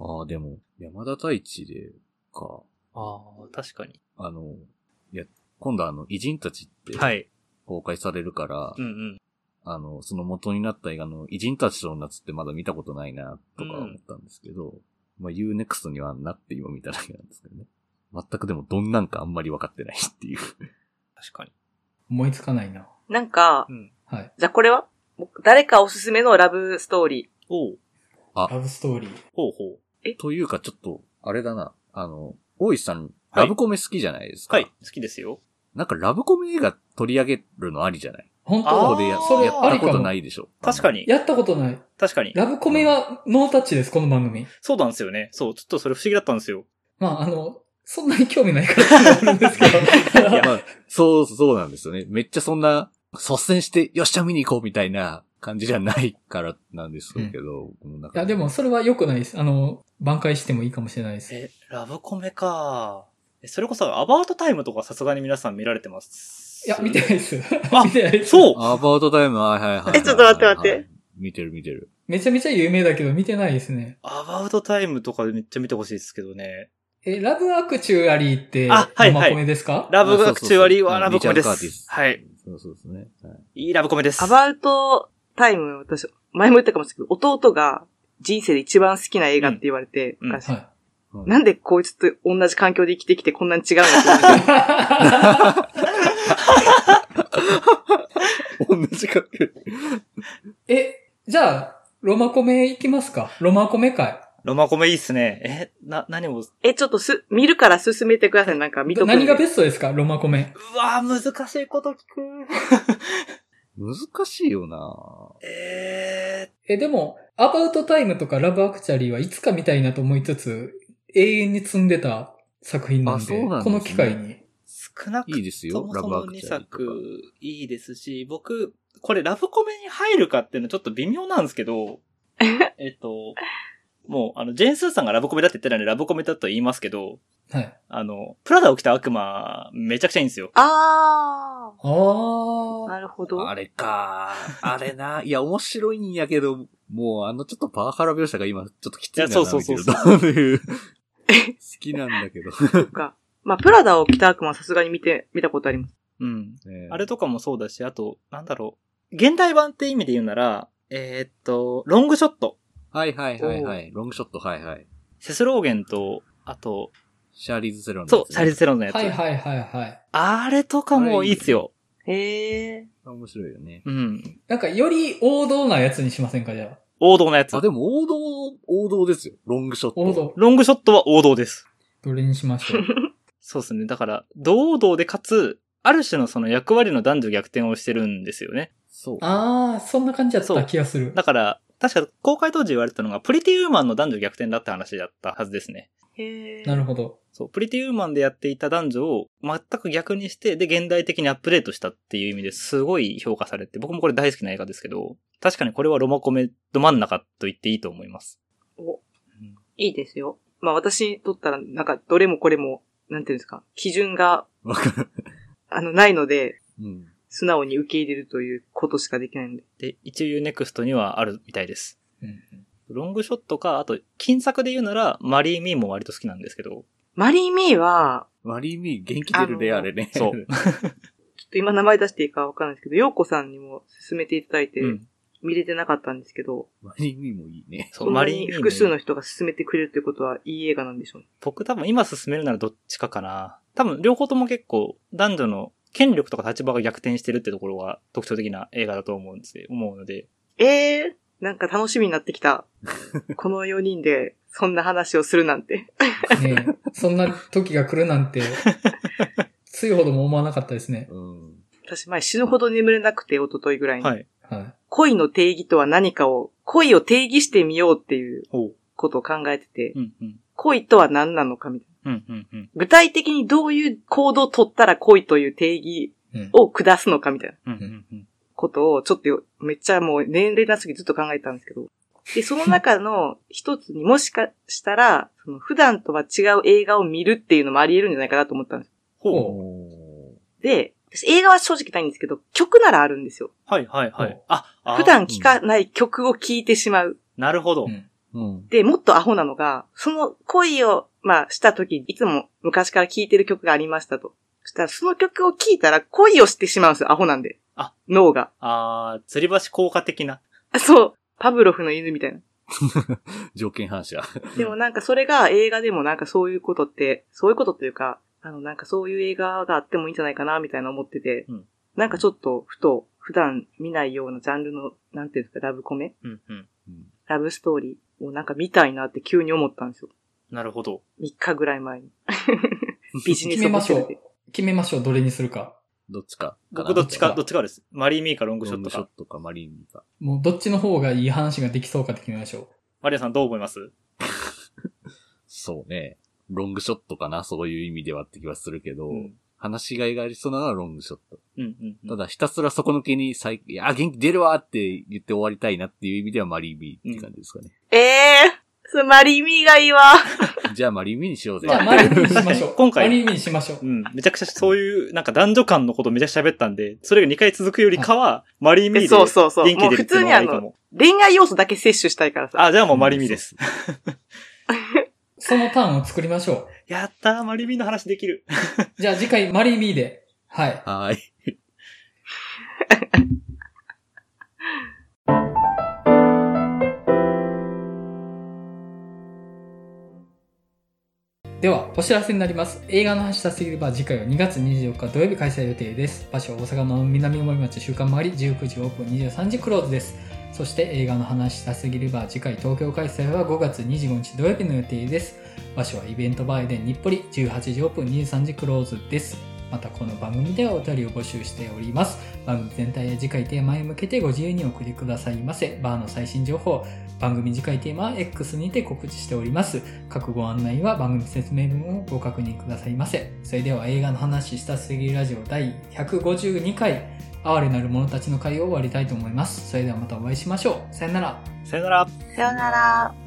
Speaker 2: ああ、でも、山田太一で、か、
Speaker 3: ああ、確かに。
Speaker 2: あの、いや、今度あの、偉人たちって、
Speaker 3: はい。
Speaker 2: 公開されるから、
Speaker 3: うんうん。
Speaker 2: あの、その元になった映画の偉人たちとの夏ってまだ見たことないな、とか思ったんですけど、まあ UNEXT にはなって今見ただけなんですけどね。全くでもどんなんかあんまり分かってないっていう。
Speaker 3: 確かに。
Speaker 1: 思いつかないな。
Speaker 4: なんか
Speaker 3: う、ん。
Speaker 1: はい。
Speaker 4: じゃあこれは僕誰かおすすめのラブストーリー。
Speaker 3: おう、
Speaker 1: ラブストーリー。
Speaker 3: ほうほう。
Speaker 2: というかちょっと、あれだな、あの、大石さん、
Speaker 3: はい
Speaker 2: ラブコメ好きじゃないですか。
Speaker 3: はい、好きですよ。
Speaker 2: なんかラブコメ映画取り上げるのありじゃない
Speaker 1: 本
Speaker 3: あー
Speaker 2: ここ
Speaker 1: 当
Speaker 2: でや
Speaker 1: それ
Speaker 2: やったこ
Speaker 1: ありか
Speaker 2: と
Speaker 1: も
Speaker 2: ないでしょ。
Speaker 3: 確か
Speaker 2: に。
Speaker 3: に、
Speaker 1: やったことない。
Speaker 3: 確かに。
Speaker 1: ラブコメはノータッチです、この番組。
Speaker 3: そうなんですよね。そう、ちょっとそれ不思議だったんですよ。
Speaker 1: まあ、あの、そんなに興味ないからってなるんですけど。
Speaker 2: いや、まあ、そう、そうなんですよね。めっちゃそんな、率先して、よっしゃ見に行こうみたいな感じじゃないからなんですけど、この中
Speaker 1: いや、でも、それは良くないです。あの、挽回してもいいかもしれないです。
Speaker 3: え、ラブコメか。えそれこそ、アバウトタイムとかさすがに皆さん見られてます。
Speaker 1: いや、見てないです。
Speaker 3: あ
Speaker 1: 見てないです。
Speaker 3: そう
Speaker 2: アバウトタイム、はいはいはい。
Speaker 4: えちょっと待って待って
Speaker 2: はい。見てる見てる。
Speaker 1: めちゃめちゃ有名だけど、見てないですね。
Speaker 3: アバウトタイムとかでめっちゃ見てほしいですけどね。
Speaker 1: え、ラブアクチュアリーって、
Speaker 3: あはいは
Speaker 1: マ
Speaker 3: い
Speaker 1: コメですか
Speaker 3: ラブ
Speaker 2: あそう
Speaker 3: 学
Speaker 2: そうそう
Speaker 3: 中割は
Speaker 2: うん
Speaker 3: ラブコメで
Speaker 2: リチャードカーティ
Speaker 3: す
Speaker 2: ス。
Speaker 3: はい。
Speaker 2: そうそうですね。はい
Speaker 3: いいラブコメです。
Speaker 4: アバウトタイム、私、前も言ったかもしれないけど、弟が人生で一番好きな映画って言われて、
Speaker 3: うん
Speaker 4: 昔
Speaker 1: は
Speaker 2: はい
Speaker 4: なんでこいつと同じ環境で生きてきてこんなに違うんだって思って
Speaker 2: 同じ格
Speaker 1: い。
Speaker 2: 好。
Speaker 1: え、じゃあ、ロマコメ行きますかロマコメ会。
Speaker 3: ロマコメいいっすね。え、な、何を、
Speaker 4: え、ちょっとす、見るから進めてください。なんか見とくんで
Speaker 1: 何がベストですかロマコメ。
Speaker 3: うわー難しいこと聞く。
Speaker 2: 難しいよな
Speaker 3: え
Speaker 1: え、でも、アバウトタイムとかラブアクチュアリーはいつか見たいなと思いつつ、永遠に積んでた作品なん
Speaker 2: あ
Speaker 1: で、
Speaker 2: そうなんです
Speaker 1: こ
Speaker 2: ね
Speaker 1: の機会に。
Speaker 3: ー、少なく
Speaker 2: いいですよ
Speaker 3: ともそ
Speaker 2: ラ
Speaker 3: も
Speaker 2: ブアク
Speaker 3: 2
Speaker 2: チャリーとか
Speaker 3: 作いいですし、僕、これラブコメに入るかっていうのちょっと微妙なんです けど、えっと、もう、あの、ジェーンスーさんがラブコメだって言ってたんでラブコメだと言いますけど、
Speaker 1: はい。
Speaker 3: あの、プラダを着た悪魔、めちゃくちゃいいんですよ。
Speaker 4: あ
Speaker 1: あー
Speaker 4: ー。。なるほど。
Speaker 2: あれかあれないや、面白いんやけど、もうあのちょっとパワハラ描写が今ちょっときついないな
Speaker 3: やそうそう
Speaker 2: 見てる
Speaker 3: そう
Speaker 2: という 好きなんだけど。
Speaker 4: か。まあ、プラダを着た悪魔はさすがに見て、見たことあります。
Speaker 3: うん。
Speaker 2: ね
Speaker 3: あれとかもそうだし、あと、なんだろう。現代版って意味で言うなら、えーっと、ロングショット。
Speaker 2: はいはいはいはい。ロングショットはいはい。
Speaker 3: セスローゲンと、あと、
Speaker 2: シャーリーズ・セロンのや
Speaker 3: そ
Speaker 2: つ
Speaker 3: う、
Speaker 2: ね
Speaker 3: シャーリーズ・セロンのやつ。
Speaker 1: はいはいはいはい。
Speaker 3: あれとかもいいっすよ。
Speaker 4: へえ。
Speaker 2: 面白いよね。
Speaker 3: うん。
Speaker 1: なんか、より王道なやつにしませんかじゃあ。
Speaker 3: 王道のやつ
Speaker 2: あ、。でも王道、王道ですよ。ロングショット。
Speaker 1: 王道。
Speaker 3: ロングショットは王道です。
Speaker 1: どれにしましょう。
Speaker 3: そうですね。だから、堂々でかつ、ある種のその役割の男女逆転をしてるんですよね。
Speaker 2: そう。
Speaker 1: あー、そんな感じだった気がする。
Speaker 3: だから、確か公開当時言われてたのが、プリティウーマンの男女逆転だって話だったはずですね。
Speaker 4: へえ。
Speaker 1: なるほど。
Speaker 3: そう、プリティウーマンでやっていた男女を全く逆にして、で、現代的にアップデートしたっていう意味ですごい評価されて、僕もこれ大好きな映画ですけど、確かにこれはロマコメど真ん中と言っていいと思います。
Speaker 4: おいいですよ。まあ、私にとったら、なんか、どれもこれも、なんていうんですか、基準が、
Speaker 2: わかる。
Speaker 4: あの、ないので、
Speaker 2: うん。
Speaker 4: 素直に受け入れるということしかできないんで。
Speaker 3: で、一応 UNEXT にはあるみたいです。
Speaker 1: うん
Speaker 3: ロングショットか、あと、金作で言うなら、マリー・ミーも割と好きなんですけど、
Speaker 4: マリー・ミーは、
Speaker 2: 割に元気出るで、
Speaker 4: あの
Speaker 2: あれね。
Speaker 3: そう。
Speaker 4: ちょっと今名前出していいかわかんないですけど、ヨーコさんにも勧めていただいて
Speaker 3: う、ん。
Speaker 4: 見れてなかったんですけど、
Speaker 2: 割にもいいね。
Speaker 3: そ
Speaker 4: こ
Speaker 3: う、
Speaker 4: ん
Speaker 3: マ
Speaker 4: な
Speaker 3: リー・
Speaker 4: に
Speaker 3: ミーも
Speaker 4: 複数の人が勧めてくれるということはいい映画なんでしょうね。
Speaker 3: 僕多分今進めるならどっちかかな。多分両方とも結構男女の権力とか立場が逆転してるってところが特徴的な映画だと思うんですよ思うので。
Speaker 4: ええー、なんか楽しみになって きた。この4人で、そんな話をするなんて。
Speaker 1: ねえそんな時が来るなんて、ついほども思わなかったですね。
Speaker 2: うん。
Speaker 4: 私前死ぬほど眠れなくて、一昨日ぐらいに。
Speaker 3: はい。
Speaker 1: は
Speaker 4: 恋の定義とは何かを、恋を定義してみようっていう
Speaker 3: おう。
Speaker 4: ことを考えてて、
Speaker 3: うんうん。
Speaker 4: 恋とは何なのかみたいな。
Speaker 3: うんうんうん。
Speaker 4: 具体的にどういう行動を取ったら恋という定義
Speaker 1: い。うん。
Speaker 4: を下すのかみたいな
Speaker 3: うんうんうん。
Speaker 4: ことを、ちょっとよめっちゃもう年齢なすぎずっと考えてたんですけど、で、その中の一つにもしかしたら、その普段とは違う映画を見るっていうのもあり得るんじゃないかなと思ったんです。
Speaker 3: ほう。
Speaker 2: おー
Speaker 4: で、私映画は正直ないんですけど、曲ならあるんですよ。
Speaker 3: はいはいはい。あ、あ
Speaker 4: 普段聴かない曲を聴いてしまう。
Speaker 3: なるほど。
Speaker 1: うん
Speaker 2: うん。
Speaker 4: で、もっとアホなのが、その恋を、まあ、した時、いつも昔から聴いてる曲がありましたと。そしたら、その曲を聴いたら恋をしてしまうんですよ、アホなんで。
Speaker 3: あ
Speaker 4: 脳が。
Speaker 3: あー、吊り橋効果的な。
Speaker 4: あそう。パブロフの犬みたいな。
Speaker 2: 条件反射。
Speaker 4: でもなんかそれが映画でもなんかそういうことって、そういうことっていうか、あのなんかそういう映画があってもいいんじゃないかなみたいな思ってて、
Speaker 3: うん
Speaker 4: なんかちょっとふと普段見ないようなジャンルの、なんていうんですか、ラブコメ
Speaker 3: うんうん。
Speaker 2: うん
Speaker 4: ラブストーリーをなんか見たいなって急に思ったんですよ。
Speaker 3: なるほど。
Speaker 4: 3日ぐらい 前に。ビジネ
Speaker 1: 決
Speaker 4: ス
Speaker 1: め
Speaker 4: ホ
Speaker 1: ま
Speaker 4: テ
Speaker 1: しょ
Speaker 4: ル
Speaker 1: う
Speaker 4: で。。
Speaker 1: 決めましょう。どれにするか。
Speaker 2: どっちかかな。
Speaker 3: 僕どっちか、
Speaker 1: ど
Speaker 3: どっちかです。マリー・ミーかロングシ
Speaker 2: ロ
Speaker 3: ョ
Speaker 2: ン
Speaker 3: ッ
Speaker 2: グ
Speaker 3: ト
Speaker 2: ショッ
Speaker 3: か。
Speaker 2: トかマリーニか。
Speaker 1: もうどっちの方がいい話ができそうかって決めましょ
Speaker 3: マリアさんどう思います
Speaker 2: そうね。ロングショットかな、そういう意味ではって気はするけど、
Speaker 3: うん
Speaker 2: 話がいがありそうなのはロングショット。
Speaker 3: うんうんうん。
Speaker 2: ただひたすら底抜けに最、いや、元気出るわって言って終わりたいなっていう意味ではマリーミーって感じですかね。
Speaker 4: ええー、それマリーミーがいいわ。
Speaker 2: じゃあマリーミーにしようぜ
Speaker 1: う。じ。ゃあ、マリーミーにしましょう。
Speaker 3: 今回
Speaker 1: マリーミーにしましょう
Speaker 3: う。ん。めちゃくちゃそういう、なんか男女間のことめちゃくちゃ喋ったんで、それが2回続くよりかは、マリーミーで
Speaker 4: そうそうそう。
Speaker 3: 元
Speaker 4: も
Speaker 3: 気
Speaker 4: う
Speaker 3: 出る
Speaker 4: 普
Speaker 3: ってい
Speaker 4: 通
Speaker 3: うの
Speaker 4: に
Speaker 3: が
Speaker 4: あ
Speaker 3: いいか
Speaker 4: の、
Speaker 3: も。
Speaker 4: 恋愛要素だけ摂取したいからさ。
Speaker 3: あ、じゃあもうマリーミーです。
Speaker 1: そのターンを作りましょ
Speaker 3: やったー、マリーミーの話できる。
Speaker 1: う。じゃあ次回、マリーミーで。はい。
Speaker 2: はーい。
Speaker 1: では、お知らせになります。映画の話したすぎれば次回は2月24日土曜日開催予定です。場所は大阪の南森町週間回り19時オープン23時クローズです。そして映画の話したすぎれば次回東京開催は5月25日土曜日の予定です。場所はイベントバーで日暮里18時オープン23時クローズです。またこの番組ではお便りを募集しております。番組全体や次回テーマへ向けてご自由にお送りくださいませ。バーの最新情報、番組次回テーマは X にて告知しております。各ご案内は番組説明文をご確認くださいませ。それでは映画の話したすぎるラジオ第152回、哀れなる者たちの会を終わりたいと思います。それではまたお会いしましょう。さよなら。
Speaker 3: さよなら。
Speaker 4: さよなら。